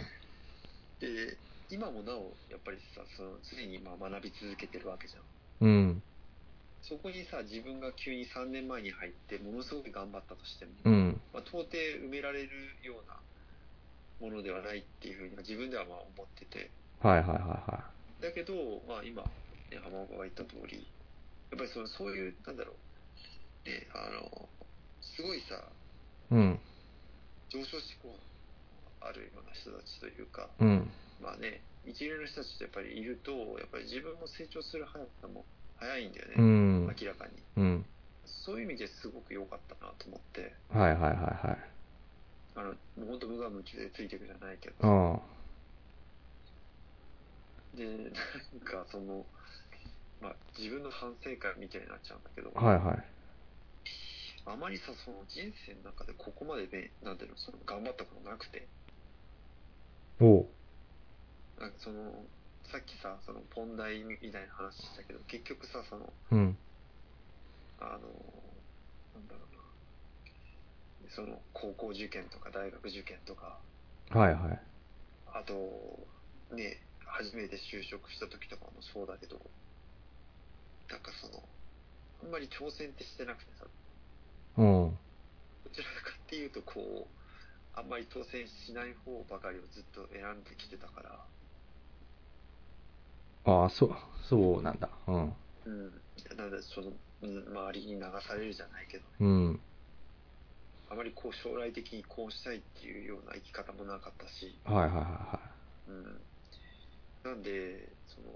で今もなおやっぱりさその常にまあ学び続けてるわけじゃうんん。そこにさ自分が急に3年前に入ってものすごく頑張ったとしても、うん。まあ、到底埋められるようなものではないっていうふうに自分ではまあ思っててはいはいはいはだけど、まあ、今、ね、浜岡が言った通りやっぱりそのそういうなんだろう、ね、あのすごいさい。うん。上昇志向のあるような人たちというか、うん。まあね、一流の人たちとやっぱりいると、やっぱり自分も成長する速さも早いんだよね、うん。明らかに。うん。そういう意味ですごく良かったなと思って、はいはいはいはい。あの、もう本当無我夢中でついてくじゃないけうど、ん。で、なんかその、まあ自分の反省会みたいになっちゃうんだけど、はいはい。あまりさ、その人生の中でここまでね、なんていうの、その頑張ったことなくて、おう。なんかその、さっきさ、その、ポン代みたいな話したけど、結局さ、その、うん。あの、なんだろうその高校受験とか大学受験とか、はいはい。あと、ね、初めて就職した時とかもそうだけど、なんかその、あんまり挑戦ってしてなくてさ、うん。どちらかっていうとこう、あんまり当選しない方ばかりをずっと選んできてたから、ああ、そう、そうなんだ。うん。うん。なんでその、うん周りに流されるじゃないけど、うん。あまりこう将来的にこうしたいっていうような生き方もなかったし、はいはいはいはうん。なんで、その、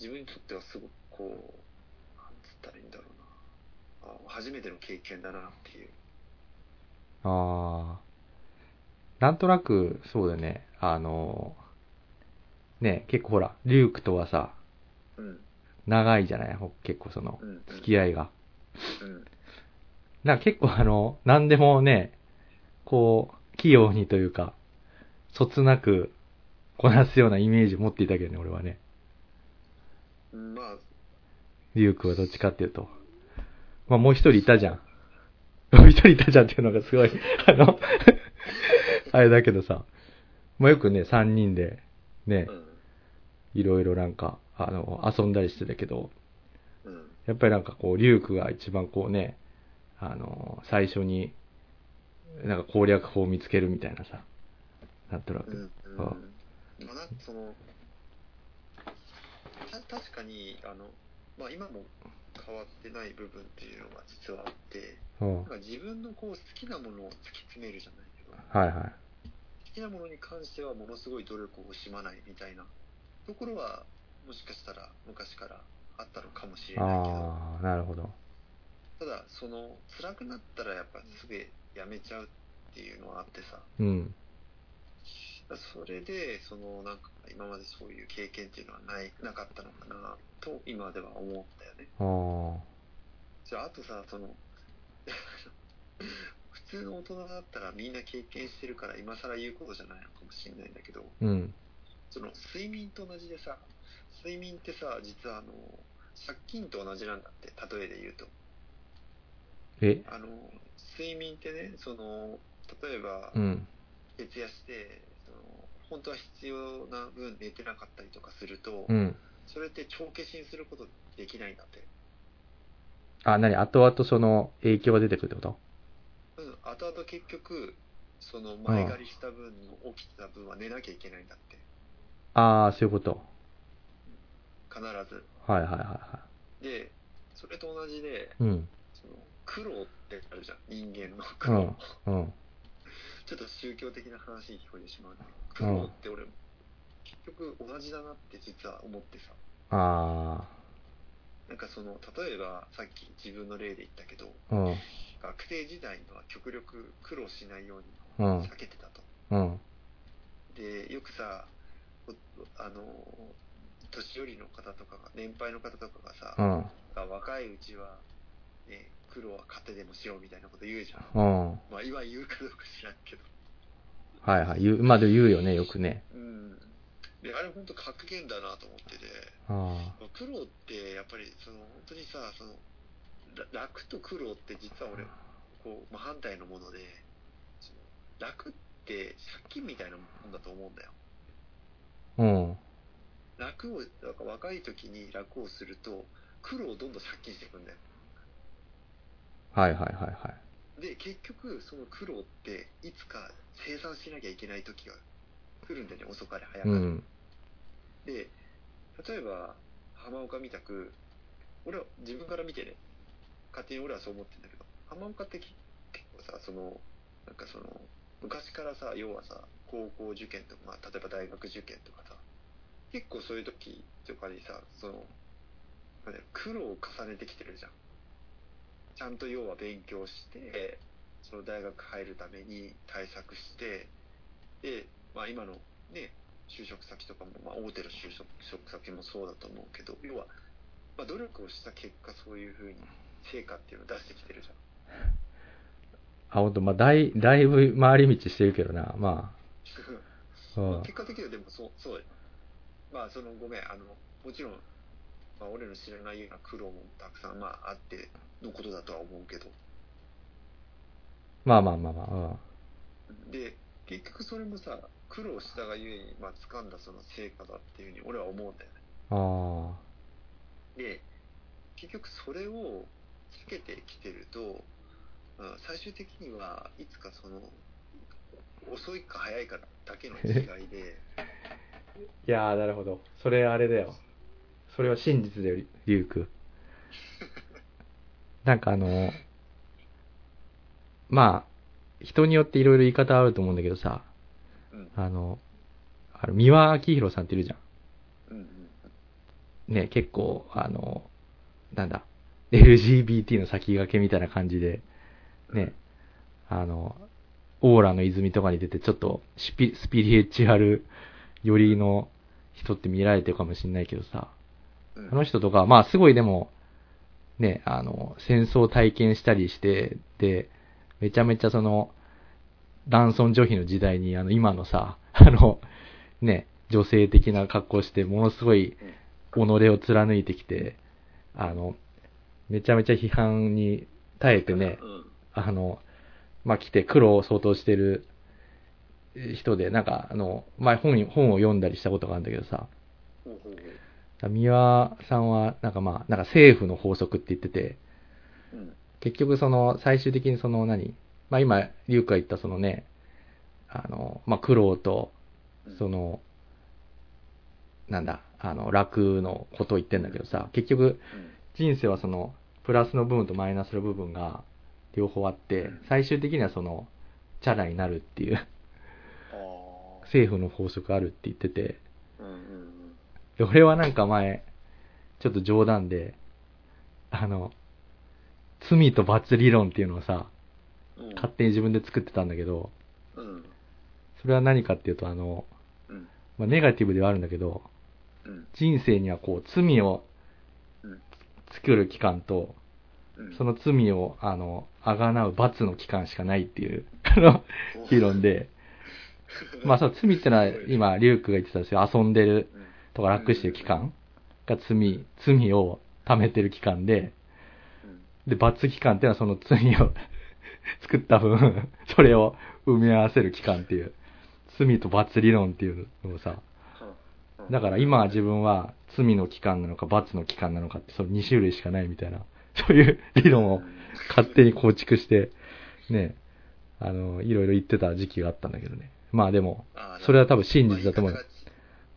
自分にとってはすごくこう、なんつったらいいんだろうな。あ初めての経験だなっていう。い。ああ。なんとなく、そうだよね。あの、ね、結構ほら、リュークとはさ、うん。長いじゃないほ結構そのう、ん。付き合いが。うん。なんか結構あの、なんでもね、こう、器用にというか、そつなくこなすようなイメージ持っていたけどね、俺はね。うん。まあ、リュウクはどっちかっていうと。まあもう一人いたじゃん。もう一人いたじゃんっていうのがすごい、あの、 [laughs] あれだけどさ。まあよくね、三人で、ねう、ん。いろいろなんか、あの、遊んだりしてたけど、うん。やっぱりなんかこう、リュウクが一番こうね、あの、最初に、なんか攻略法を見つけるみたいなさ、なんとなうんく。うんあまあ、なんかそのた確かにあの、まあ、今も変わってない部分っていうのが実はあってうん。なんはか自分のこう好きなものを突き詰めるじゃないけどいはい。好きなものに関してはものすごい努力を惜しまないみたいなところはもしかしたら昔からあったのかもしれないけどああ、なるほど。ただその辛くなったらやっぱすぐやめちゃうっていうのはあってさうん。それで、そのなんか今までそういう経験っていうのはないなかったのかなと今では思ったよね。ああ。じゃああとさ、その [laughs] 普通の大人だったらみんな経験してるから今更言うことじゃないのかもしれないんだけど、うん。その睡眠と同じでさ、睡眠ってさ、実はあの借金と同じなんだって、例えで言うと。えあの睡眠ってね、その例えば、うん。徹夜して、その本当は必要な分寝てなかったりとかすると、うん。それって帳消しにすることできないんだって。あ、なに後々その影響が出てくるってことうん、後々結局、その前借りした分の起きてた分は寝なきゃいけないんだって。ああ、そういうこと。必ず。はいはいはいはで、それと同じで、い。うん。その苦労ってあるじゃん。人間の苦う労。ん。うん。ちょっと宗教的な話に聞こえてしまうんだけうど、ん苦労って俺、結局同じだなって実は思ってさ。あなんかその、例えばさっき自分の例で言ったけど、あ。うん。学生時代は極力苦労しないようにうん避けてたと。うん。でよくさおあの年寄りの方とかが年配の方とかがさ、うん。若いうちは、ね、苦労は糧でもしろみたいなこと言うじゃんうん。はまあ今言うかどうか知らんけどいはい。言う、まあでも言うよね、よくね。うんであれ本当格言だなと思っててあまあ苦労ってやっぱりその本当にさそのら楽と苦労って実は俺こう、まあ、反対のものでその楽って借金みたいなもんだと思うんだよあ。うん。楽をなんか若い時に楽をすると苦労をどんどん借金していくんだよはいはいはいはい。で結局その苦労っていつか生産しなきゃいけない時が来るんだよね遅かれ早かうれ、ん。で例えば浜岡みたく俺は自分から見てね勝手に俺はそう思ってるんだけど浜岡ってき結構さそのなんかその昔からさ要はさ高校受験とか、まあ、例えば大学受験とかさ結構そういう時とかにさそのなんだろう苦労を重ねてきてるじゃんちゃんと要は勉強してその大学入るために対策してで、まあ、今のね就職先とかも、まあ、大手の就職先もそうだと思うけど要は、まあ、努力をした結果そういうふうに成果っていうのを出してきてるじゃんあ、ほんと、まあだい、だいぶ回り道してるけどな。まあ。 [laughs] うん。結果的にはでもそうそうだよまあそのごめんあのもちろん、まあ、俺の知らないような苦労もたくさんまああってのことだとは思うけどまあまあまあまで、結局それもさ、苦労したがゆえに、まあ、掴んだその成果だっていうふうに俺は思うんだよね。あ、うん。あで、結局それを避けてきてると、まあ最終的にはいつかその、遅いか早いかだけの違 [laughs] いで、あ。いやー、なるほど。それあれだよ。それは真実だよ、りリュウク。 [laughs] なんかあの、まあ、人によっていろいろ言い方あると思うんだけどさ、うん、あの、あの三輪明宏さんっているじゃん。うん、うん。ね、結構、あの、なんだ、LGBT の先駆けみたいな感じで、ね、あの、オーラの泉とかに出て、ちょっとシピスピリチュアル寄りの人って見られてるかもしれないけどさ、うんあの人とか、まあすごいでも、ね、あの、戦争を体験したりして、で、めちゃめちゃその、男尊女卑の時代に、あの、今のさ、 [laughs] あの、ね、女性的な格好して、ものすごい、己を貫いてきて、あの、めちゃめちゃ批判に耐えてね、うんあの、まあ、来て苦労を相当してる人で、なんか、あの、前本、本を読んだりしたことがあるんだけどさ、ほうほうほ三輪さんは、なんかまあ、なんか政府の法則って言ってて、ううん結局その、最終的にその何、まあ今、リュウクが言ったそのね、あの、まあ苦労と、うんその、なんだ、あの、楽のことを言ってんだけどさ、結局、人生はそのプラスの部分とマイナスの部分が両方あって最終的にはそのチャラになるっていうあー政府の法則あるって言っててうんうんで俺はなんか前ちょっと冗談であの罪と罰理論っていうのをさうん勝手に自分で作ってたんだけどうんそれは何かっていうとあの、うんまあ、ネガティブではあるんだけどうん人生にはこう罪をうん作る期間とうんその罪をあの贖う罰の期間しかないっていうあの議論で、まあ、その罪ってのは今、リュウクが言ってたんですよ、遊んでる [laughs] うんとか楽してる期間が罪、罪を貯めてる期間で、うんで、罰期間っていうのはその罪を [laughs] 作った分、それを埋め合わせる期間っていう、罪と罰理論っていうのをさ、うんだから今は自分は罪の期間なのか罰の期間なのかって、その2種類しかないみたいな、そういう理論を勝手に構築して、ね、あの、いろいろ言ってた時期があったんだけどね。まあでも、あーそれは多分真実だと思うよ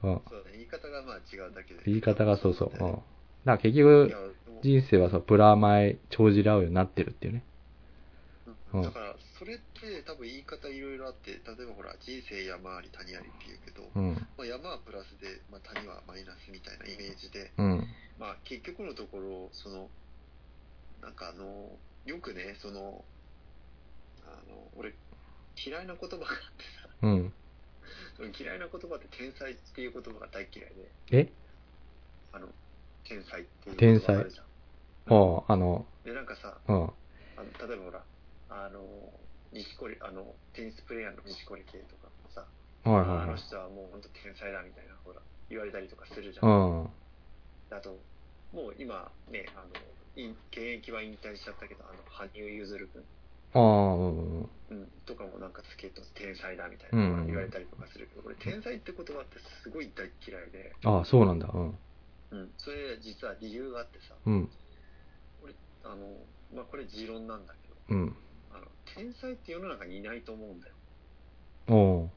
まあ言い方うんがそうだね言い方がまあ違うだけで言い方がそうそう。うん。だねから結いや局、もう人生はさ、プラマイ帳尻合うようになってるっていうね。うんだから、それって多分言い方いろいろあって、例えばほら、人生山あり谷ありって言うけど、うん。まあ、山はプラスで、まあ、谷はマイナスみたいなイメージで、うん。まあ、結局のところ、その、なんかあの、よくね、その、あの、俺、嫌いな言葉が [laughs] あってさ、うん。その嫌いな言葉って天才っていう言葉が大嫌いで、えあの、天才っていう言葉があるじゃん。ああ、あの、で、なんかさ、うん。あの例えばほら、あの、錦織、あの、テニスプレイヤーの錦織圭とかもさ、はいあはいはのい。人はもう本当天才だみたいな、ほら、言われたりとかするじゃ。うんん。あと、もう今ね、あの、い現役は引退しちゃったけど、あの、羽生結弦君、ああ、うん。うん、とかもなんかスケート天才だみたいうんうんうなん言われたりとかするけど、俺、天才って言葉ってすごい大嫌いで、ああ、そうなんだ。うん。うん、それ実は理由があってさ、うん。あの、まあ、これ持論なんだけど、うん。あの、天才って世の中にいないと思うんだよ。おう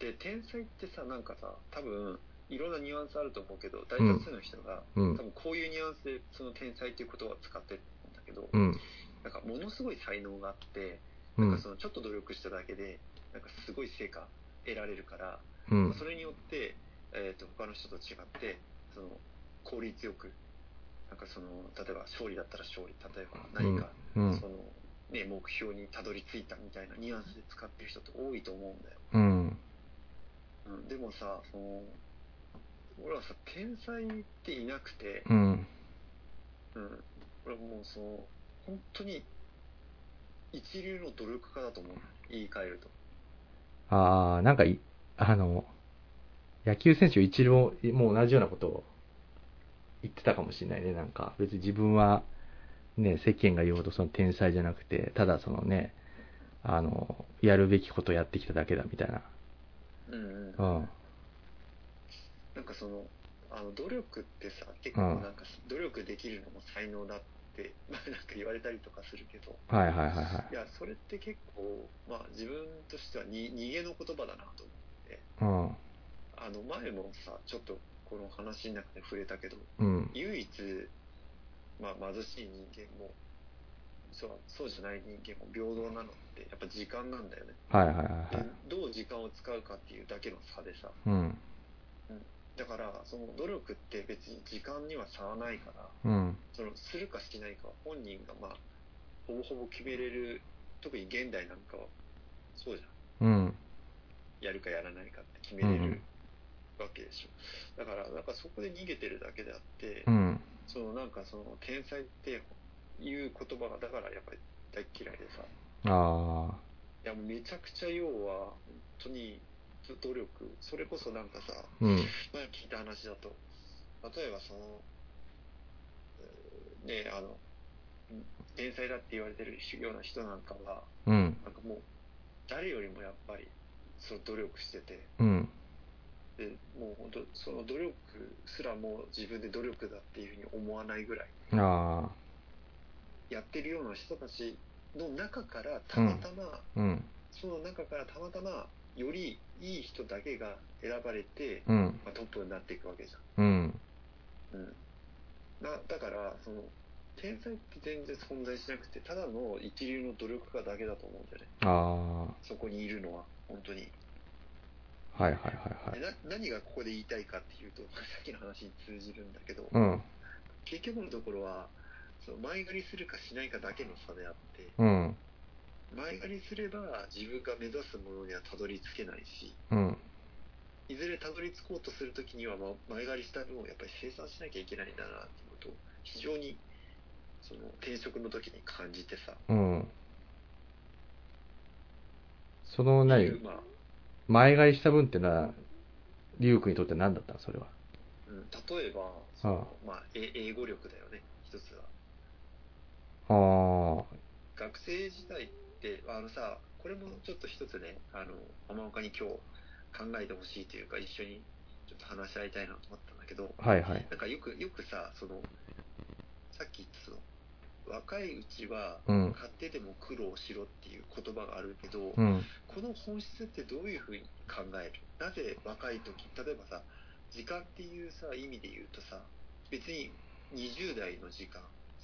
で天才ってさなんかさ多分いろんなニュアンスあると思うけど大多数の人が、うん多。分こういうニュアンスでその天才っていう言葉を使ってるんだけど、うん。なんかものすごい才能があって、うなんんか。そのちょっと努力しただけでなんかすごい成果得られるから、うまんあ。それによって、えー、と他の人と違ってその効率よくなんかその例えば勝利だったら勝利例えば何か、うんそ。のね、目標にたどり着いたみたいなニュアンスで使ってる人って多いと思うんだよ。うん。うんでもさその俺はさ天才っていなくて、うん。うん、俺はもうその本当に一流の努力家だと思う言い換えるとああ、なんかい、あの、野球選手一郎も同じようなことを言ってたかもしれないね。なんか、別に自分はね、世間が言うほどその天才じゃなくて、ただそのね、あの、やるべきことをやってきただけだみたいな。うんうんうん。なんかそのあの努力ってさ結構うんなんか努力できるのも才能だって、 [laughs] まあ、なんか言われたりとかするけどはいはいはいはいやそれって結構、まあ、自分としてはに逃げの言葉だなとい。思ううん。あの前もさちょっとこの話の中で触れたけどうん。唯一、まあ、貧しい人間もそうそうじゃない人間も平等なのってやっぱ時間なんだよね、はいはいはいはい。でどう時間を使うかっていうだけの差でさうん。だからその努力って別に時間には差はないからうん。そのするかしないかは本人がまあほぼほぼ決めれる特に現代なんかはそうじゃんうん。やるかやらないかって決めれうんるわけでしょ、だからなんかそこで逃げてるだけであって、うん。そのなんかその天才っていう言葉がだからやっぱり大嫌いでさいああ。やめちゃくちゃ要は本当に努力それこそなんかさうん。前聞いた話だと例えばそのうーねあの天才だって言われてるような人なんかはうん。なんかもう誰よりもやっぱりその努力しててうん。でもう本当その努力すらもう自分で努力だっていうふうに思わないぐらいあやってるような人たちの中からたまたま、あ。うん。その中からたまたまよりいい人だけが選ばれて、うん。まあ、トップになっていくわけじうん。ゃん、うん、なだからその天才って全然存在しなくてただの一流の努力家だけだと思うんだよねああ。はそこにいるのは本当に、いはいはいはでい。な何がここで言いたいかっていうとさっきの話に通じるんだけど、うん。結局のところはその前借りするかしないかだけの差であってうん。前借りすれば自分が目指すものにはたどり着けないしうん。いずれたどり着こうとするときには、ま前借りした分をやっぱり生産しなきゃいけないんだなっていうことを非常にその転職の時に感じてさ、うん。そのって何、いうまあ前借りした分ってのは、リュウ君にとって何だったのそれは。うん、例えばそのまあ、え英語力だよね一つはあ学生時代ってあのさこれもちょっと一つねあの浜岡に今日考えてほしいというか一緒にちょっと話し合いたいなと思ったんだけど、あ。はいはい。なんかよく、よくさ、その、さっき言ったその、若いうちは、うん買ってでも苦労しろっていう言葉があるけど、うん。この本質ってどういうふうに考えるなぜ若い時、例えばさ、時間っていうさ、意味で言うとさ、別に20代の時間、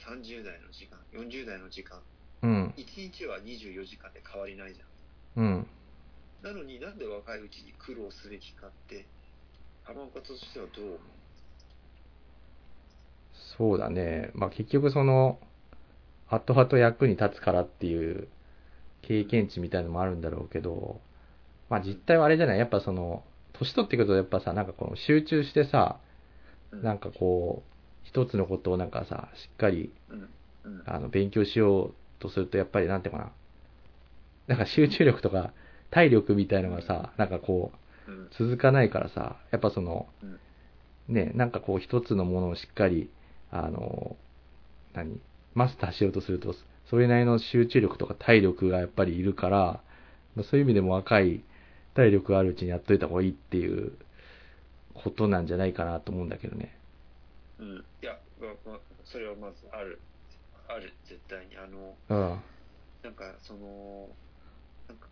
30代の時間、40代の時間、うん。 1日は24時間で変わりないじゃん。うん。なのになんで若いうちに苦労すべきかって、浜岡としてはどう思うそうだね。まあ結局その、後々役に立つからっていう経験値みたいのもあるんだろうけど、まあ実態はあれじゃないやっぱその、年取ってくるとやっぱさ、なんかこの集中してさ、うんなんかこう、一つのことをなんかさ、しっかりうんうんあの、勉強しようとすると、やっぱり、なんていうのかな。なんか集中力とか、体力みたいのがさ、なんかこう、うん続かないからさ、やっぱそのうん、ね、なんかこう、一つのものをしっかり、あの、何マスターしようとすると、それなりの集中力とか体力がやっぱりいるから、まあそういう意味でも若い体力があるうちにやっといた方がいいっていうことなんじゃないかなと思うんだけどね。うん、いや、ままそれはまずある、ある、絶対に。あの、うん。なんか、その、なんか、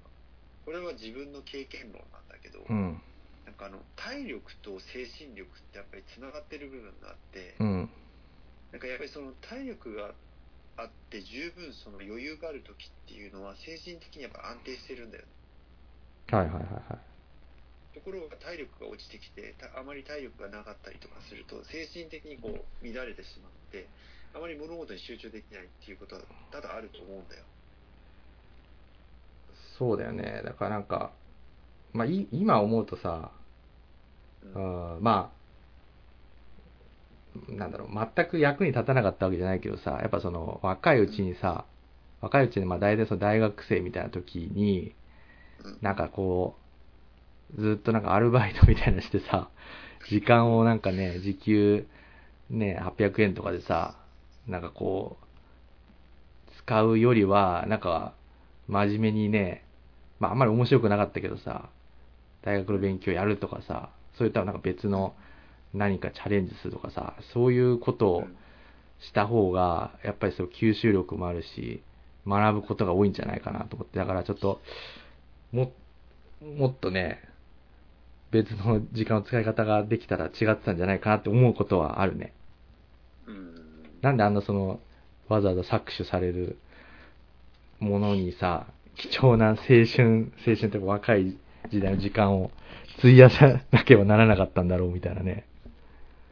これは自分の経験論なんだけど、うん。なんかあの、体力と精神力ってやっぱりつながってる部分があって、うん。なんかやっぱりその体力があって十分その余裕がある時っていうのは精神的にやっぱ安定してるんだよね。はいはいはいはい。ところが体力が落ちてきてたあまり体力がなかったりとかすると精神的にこう乱れてしまってあまり物事に集中できないっていうことは多々あると思うんだよ。そうだよね。だからなんか、まあ、い今思うとさ、うんうん、まあ、なんだろう、全く役に立たなかったわけじゃないけどさ、やっぱその若いうちにさ、若いうちにまあ大体その大学生みたいな時に、うんなんかこう、ずっとなんかアルバイトみたいなのしてさ、時間をなんかね、時給ね、800円とかでさ、なんかこう、使うよりは、なんか、真面目にね、まああんまり面白くなかったけどさ、大学の勉強やるとかさ、そういったなんか別の何かチャレンジするとかさ、そういうことをした方が、やっぱりそう吸収力もあるし、学ぶことが多いんじゃないかなと思って、だからちょっと、も、もっとね、別の時間の使い方ができたら違ってたんじゃないかなって思うことはあるね。うん。なんであんなその、わざわざ搾取されるものにさ、貴重な青春、青春って若い時代の時間を [laughs] 費やさなければならなかったんだろうみたいなね。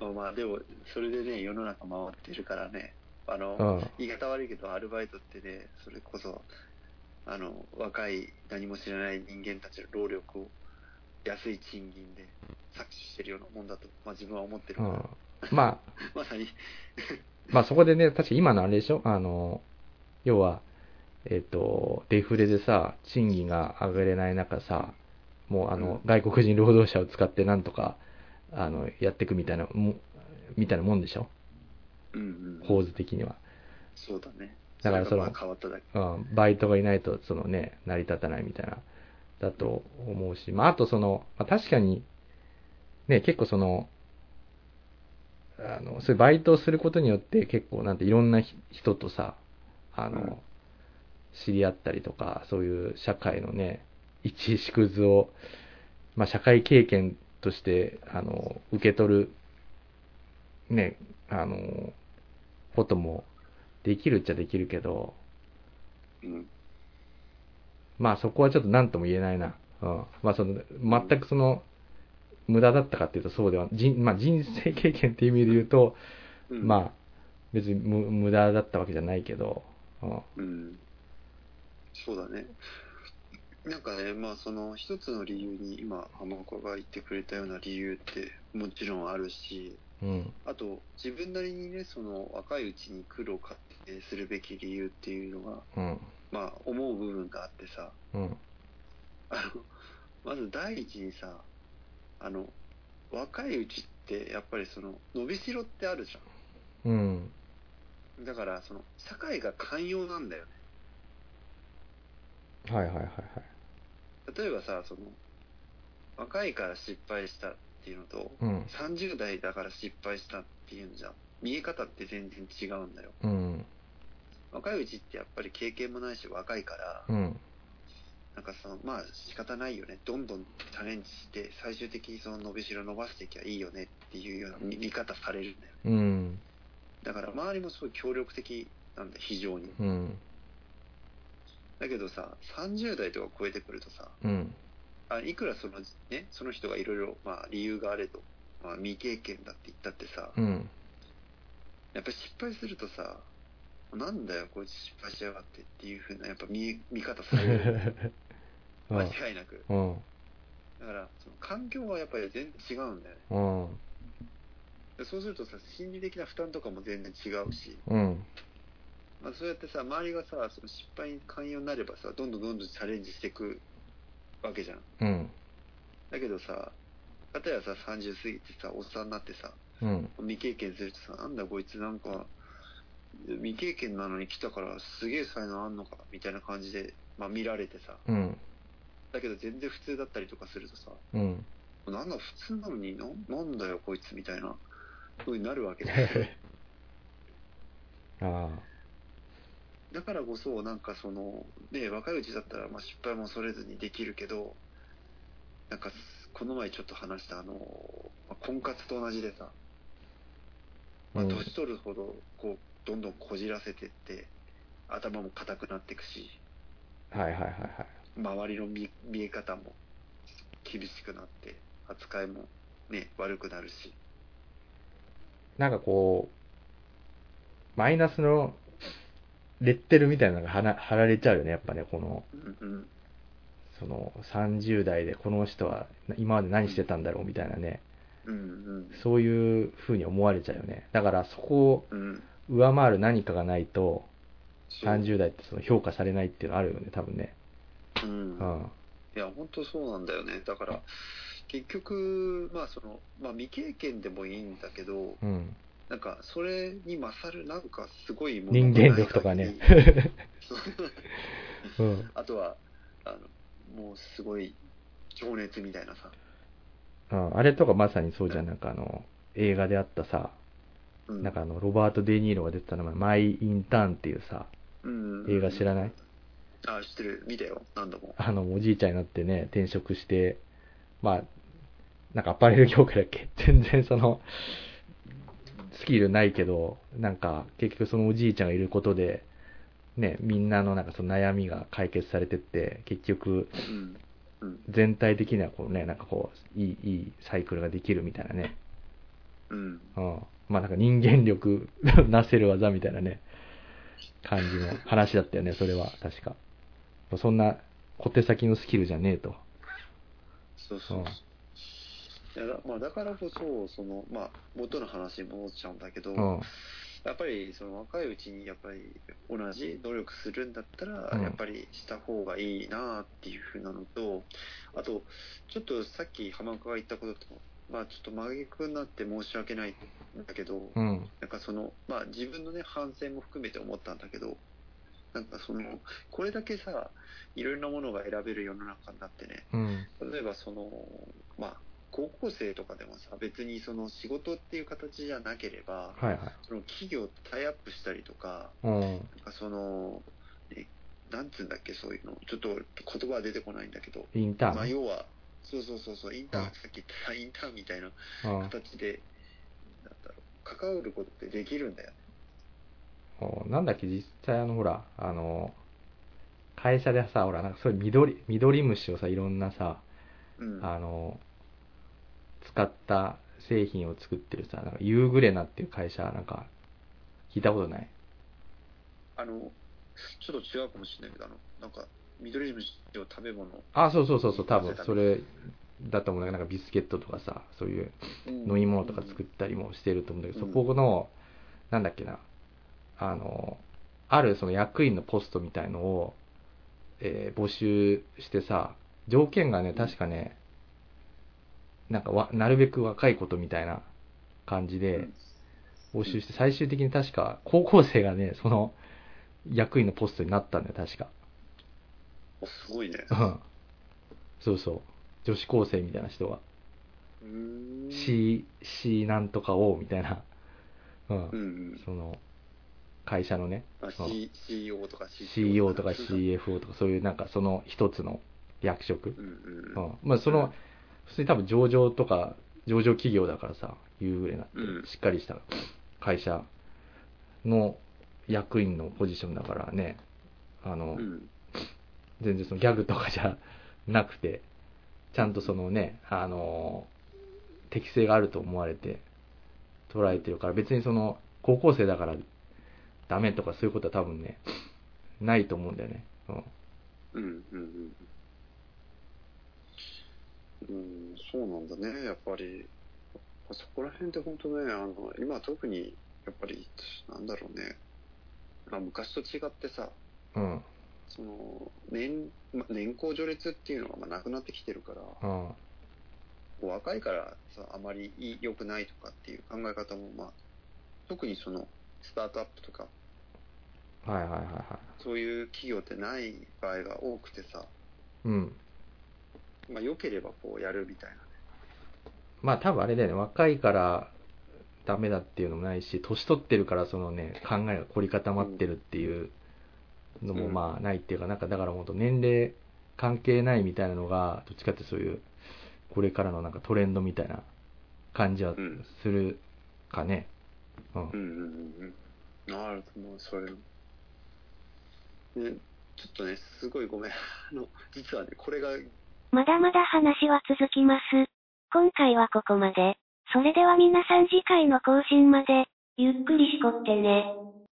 まあまあ、でも、それでね、世の中回ってるからね、あの、うん言い方悪いけど、アルバイトってね、それこそ、あの、若い、何も知らない人間たちの労力を、安い賃金で搾取してるようなもんだと、まあ自分は思ってるうから、ん。まあ、まさに、まあそこでね、確か今のあれでしょあの、要は、えっ、と、デフレでさ、賃金が上がれない中さ、もうあの、外国人労働者を使ってなんとか、あの、やっていくみたいな、もみたいなもんでしょうんうん、構図的には。そうだね。だからそれそのがまあ変わっただけ。うん、バイトがいないと、そのね、成り立たないみたいな、だと思うし、まあ、あとその、まあ、確かに、ね、結構その、あの、そういうバイトをすることによって、結構、なんていろんなひ人とさ、あの、うん知り合ったりとか、そういう社会のね、一縮図を、まあ、社会経験として、あの、受け取る、ね、あの、こともできるっちゃできるけど、うん。まあそこはちょっと何とも言えないな。うん。まあその、全くその、無駄だったかっていうとそうでは、人、まあ人生経験っていう意味で言うと、うん、まあ、別に無無駄だったわけじゃないけど、うん。うん。そうだね。なんかね、まあその一つの理由に今浜岡が言ってくれたような理由ってもちろんあるし、うん。あと自分なりにね、その若いうちに苦労を買ってするべき理由っていうのが、うん。まあ思う部分があってさ、 [laughs] うん。あの、まず第一にさ、あの、若いうちってやっぱりその伸びしろってあるじうん。ゃん。だからその社会が寛容なんだよね。はいはいはいはい。例えばさその若いから失敗したっていうのとうん。 30代だから失敗したっていうのじゃ見え方って全然違うんだようん。若いうちってやっぱり経験もないし若いからうん。なんかそのまあ仕方ないよねどんどんチャレンジして最終的にその伸びしろ伸ばしていきゃいいよねっていうような見見方されるんだようん。だから周りもすごい協力的なんだよ非常にうん。だけどさ30代とか超えてくるとさうん。あいくらその,、ね、その人がいろいろまあ理由があれど、まあ、未経験だって言ったってさ、うん。やっぱり失敗するとさ、なんだよ、こいつ失敗しやがってっていう風な、やっぱ見え見方される。 [laughs] 間違いなく。うん。だから、その環境はやっぱり全然違うんだよね。うん。でそうするとさ、心理的な負担とかも全然違うし、うん。まあ、そうやってさ、周りがさ、その失敗に寛容になればさ、どんどんどんどんチャレンジしていくわけじゃん。うん。だけどさ、かたやさ、30過ぎてさ、おっさんになってさ、うん。未経験するとさ、なんだこいつなんか、未経験なのに来たからすげえ才能あんのか、みたいな感じで、まあ見られてさ、うん。だけど全然普通だったりとかするとさ、 [laughs] うん。なんだ普通なのにな、なんだよこいつみたいな、風になるわけだよ [laughs] あだからこそ、なんかその、ね、若いうちだったらまあ失敗も恐れずにできるけど、なんかすこの前ちょっと話したあの、まあ婚活と同じでさ、あ。まあ、年取るほど、こう、どんどんこじらせてって、頭も硬くなっていくし、はいはいはいはい。周りの見見え方も厳しくなって、扱いもね、悪くなるし。なんかこう、マイナスのレッテルみたいなのが貼ら貼られちゃうよね、やっぱね、この、うんうん。その30代でこの人は今まで何してたんだろうみたいなね、うんそういう風に思われちゃうよね。だからそこをうん。うん。上回る何かがないと、そう30代ってその評価されないっていうのあるよね、多分ね。う。うんん。いや、本当そうなんだよね。だから、結局、まあその、まあ未経験でもいいんだけど、うん。なんか、それに勝る、なんかすごいもの人がない間力とかね限り。そううん。 [laughs] あとは、あの、もうすごい情熱みたいなさ。ああれとかまさにそうじゃん。なんかあの、映画であったさ、うん、なんかあの、ロバート・デ・ニーロが出てた名前、マイ・インターンっていうさ、うん、映画知らないあ、知ってる。見たよ。何度も。あの、おじいちゃんになってね、転職して、まあ、なんかアパレル業界だっけ [laughs] 全然その、スキルないけど、なんか結局そのおじいちゃんがいることで、ね、みんなのなんかその悩みが解決されてって、結局うん。うん。全体的にはこうね、なんかこう、いい、いいサイクルができるみたいなね。うん。うん。まあなんか人間力 [laughs] なせる技みたいなね、感じの話だったよね、それは、確か。そんな小手先のスキルじゃねえと。そうそうそう。いやだまあ、だからこそ、その、まあ、元の話に戻っちゃうんだけど、うん。やっぱりその若いうちにやっぱり同じ努力するんだったらうんやっぱりした方がいいなっていうふうなのと、あとちょっとさっき浜岡が言ったことと、まあ、ちょっと真逆になって申し訳ないんだけど、うん。なんかその、まあ自分のね、反省も含めて思ったんだけど、なんかその、これだけさ、いろいろなものが選べる世の中になってね、うん。例えばその、まあ、高校生とかでもさ、別にその仕事っていう形じゃなければ、はいはい。その企業とタイアップしたりとか、うん。なんかその、えなんつうんだっけ、そういうの。ちょっと言葉は出てこないんだけど、インタまあーン。要は、そうそうそうそう、インターン、うんさっき言ってたインターンみたいなうん。形で、なんだろう、関わることってできるんだよね。おなんだっけ、実際あの、ほら、あの、会社でさ、ほら、なんかそういう緑、緑虫をさ、いろんなさ、うん。あの、使った製品を作ってるさ、なんかユーグレナっていう会社、なんか、聞いたことないあの、ちょっと違うかもしれないけど、あの、なんか、緑虫の食べ物、あ、そうそうそうそう、多分、それだと思うんだけど、なんかビスケットとかさ、そういう飲み物とか作ったりもしてると思うんだけど、うんそこの、なんだっけな、あの、あるその役員のポストみたいのを、えー募集してさ、条件がね、確かね、なんかわ、なるべく若いことみたいな感じてで募集して、最終的に確か高校生がね、その役員のポストになったんだよ、確か。すごいね。うん。そうそう。女子高生みたいな人が。うーん。 C、C なんとか O みたいな。うんうんうん。その、会社のね、あ C、CEO とか CEO とかなん CFO とか、そういうなんかその一つの役職。うんううんん。まあその、普通に多分上場とか、上場企業だからさ、いうぐらいなってうん、しっかりした会社の役員のポジションだからね、あのう、ん全然そのギャグとかじゃ [laughs] なくて、ちゃんとそのね、あの、適性があると思われて捉えてるから、別にその、高校生だからダメとかそういうことは多分ね、ないと思うんだよね。うん。うんうんうんうんそうなんだねやっぱりそこら辺って本当ねあの今特にやっぱりなんだろうね、まあ、昔と違ってさうん。その年まあ年功序列っていうのがまあなくなってきてるからうん。こう若いからさあまりいい良くないとかっていう考え方もまあ特にそのスタートアップとかはいはいはいはそういう企業ってない場合が多くてさ、い。うん。まあ、良ければこうやるみたいなまあ多分あれだよね、若いからダメだっていうのもないし、年取ってるからそのね、考えが凝り固まってるっていうのもうんまあないっていうか、なんかだから本当年齢関係ないみたいなのが、どっちかってそういう、これからのなんかトレンドみたいな感じはうんするかね。うんう。んうんうんうん。あると思う、それ。ね、ちょっとね、すごいごめん。あの、実はね、これが、まだまだ話は続きます。今回はここまで。それでは皆さん次回の更新まで、ゆっくりしこってね。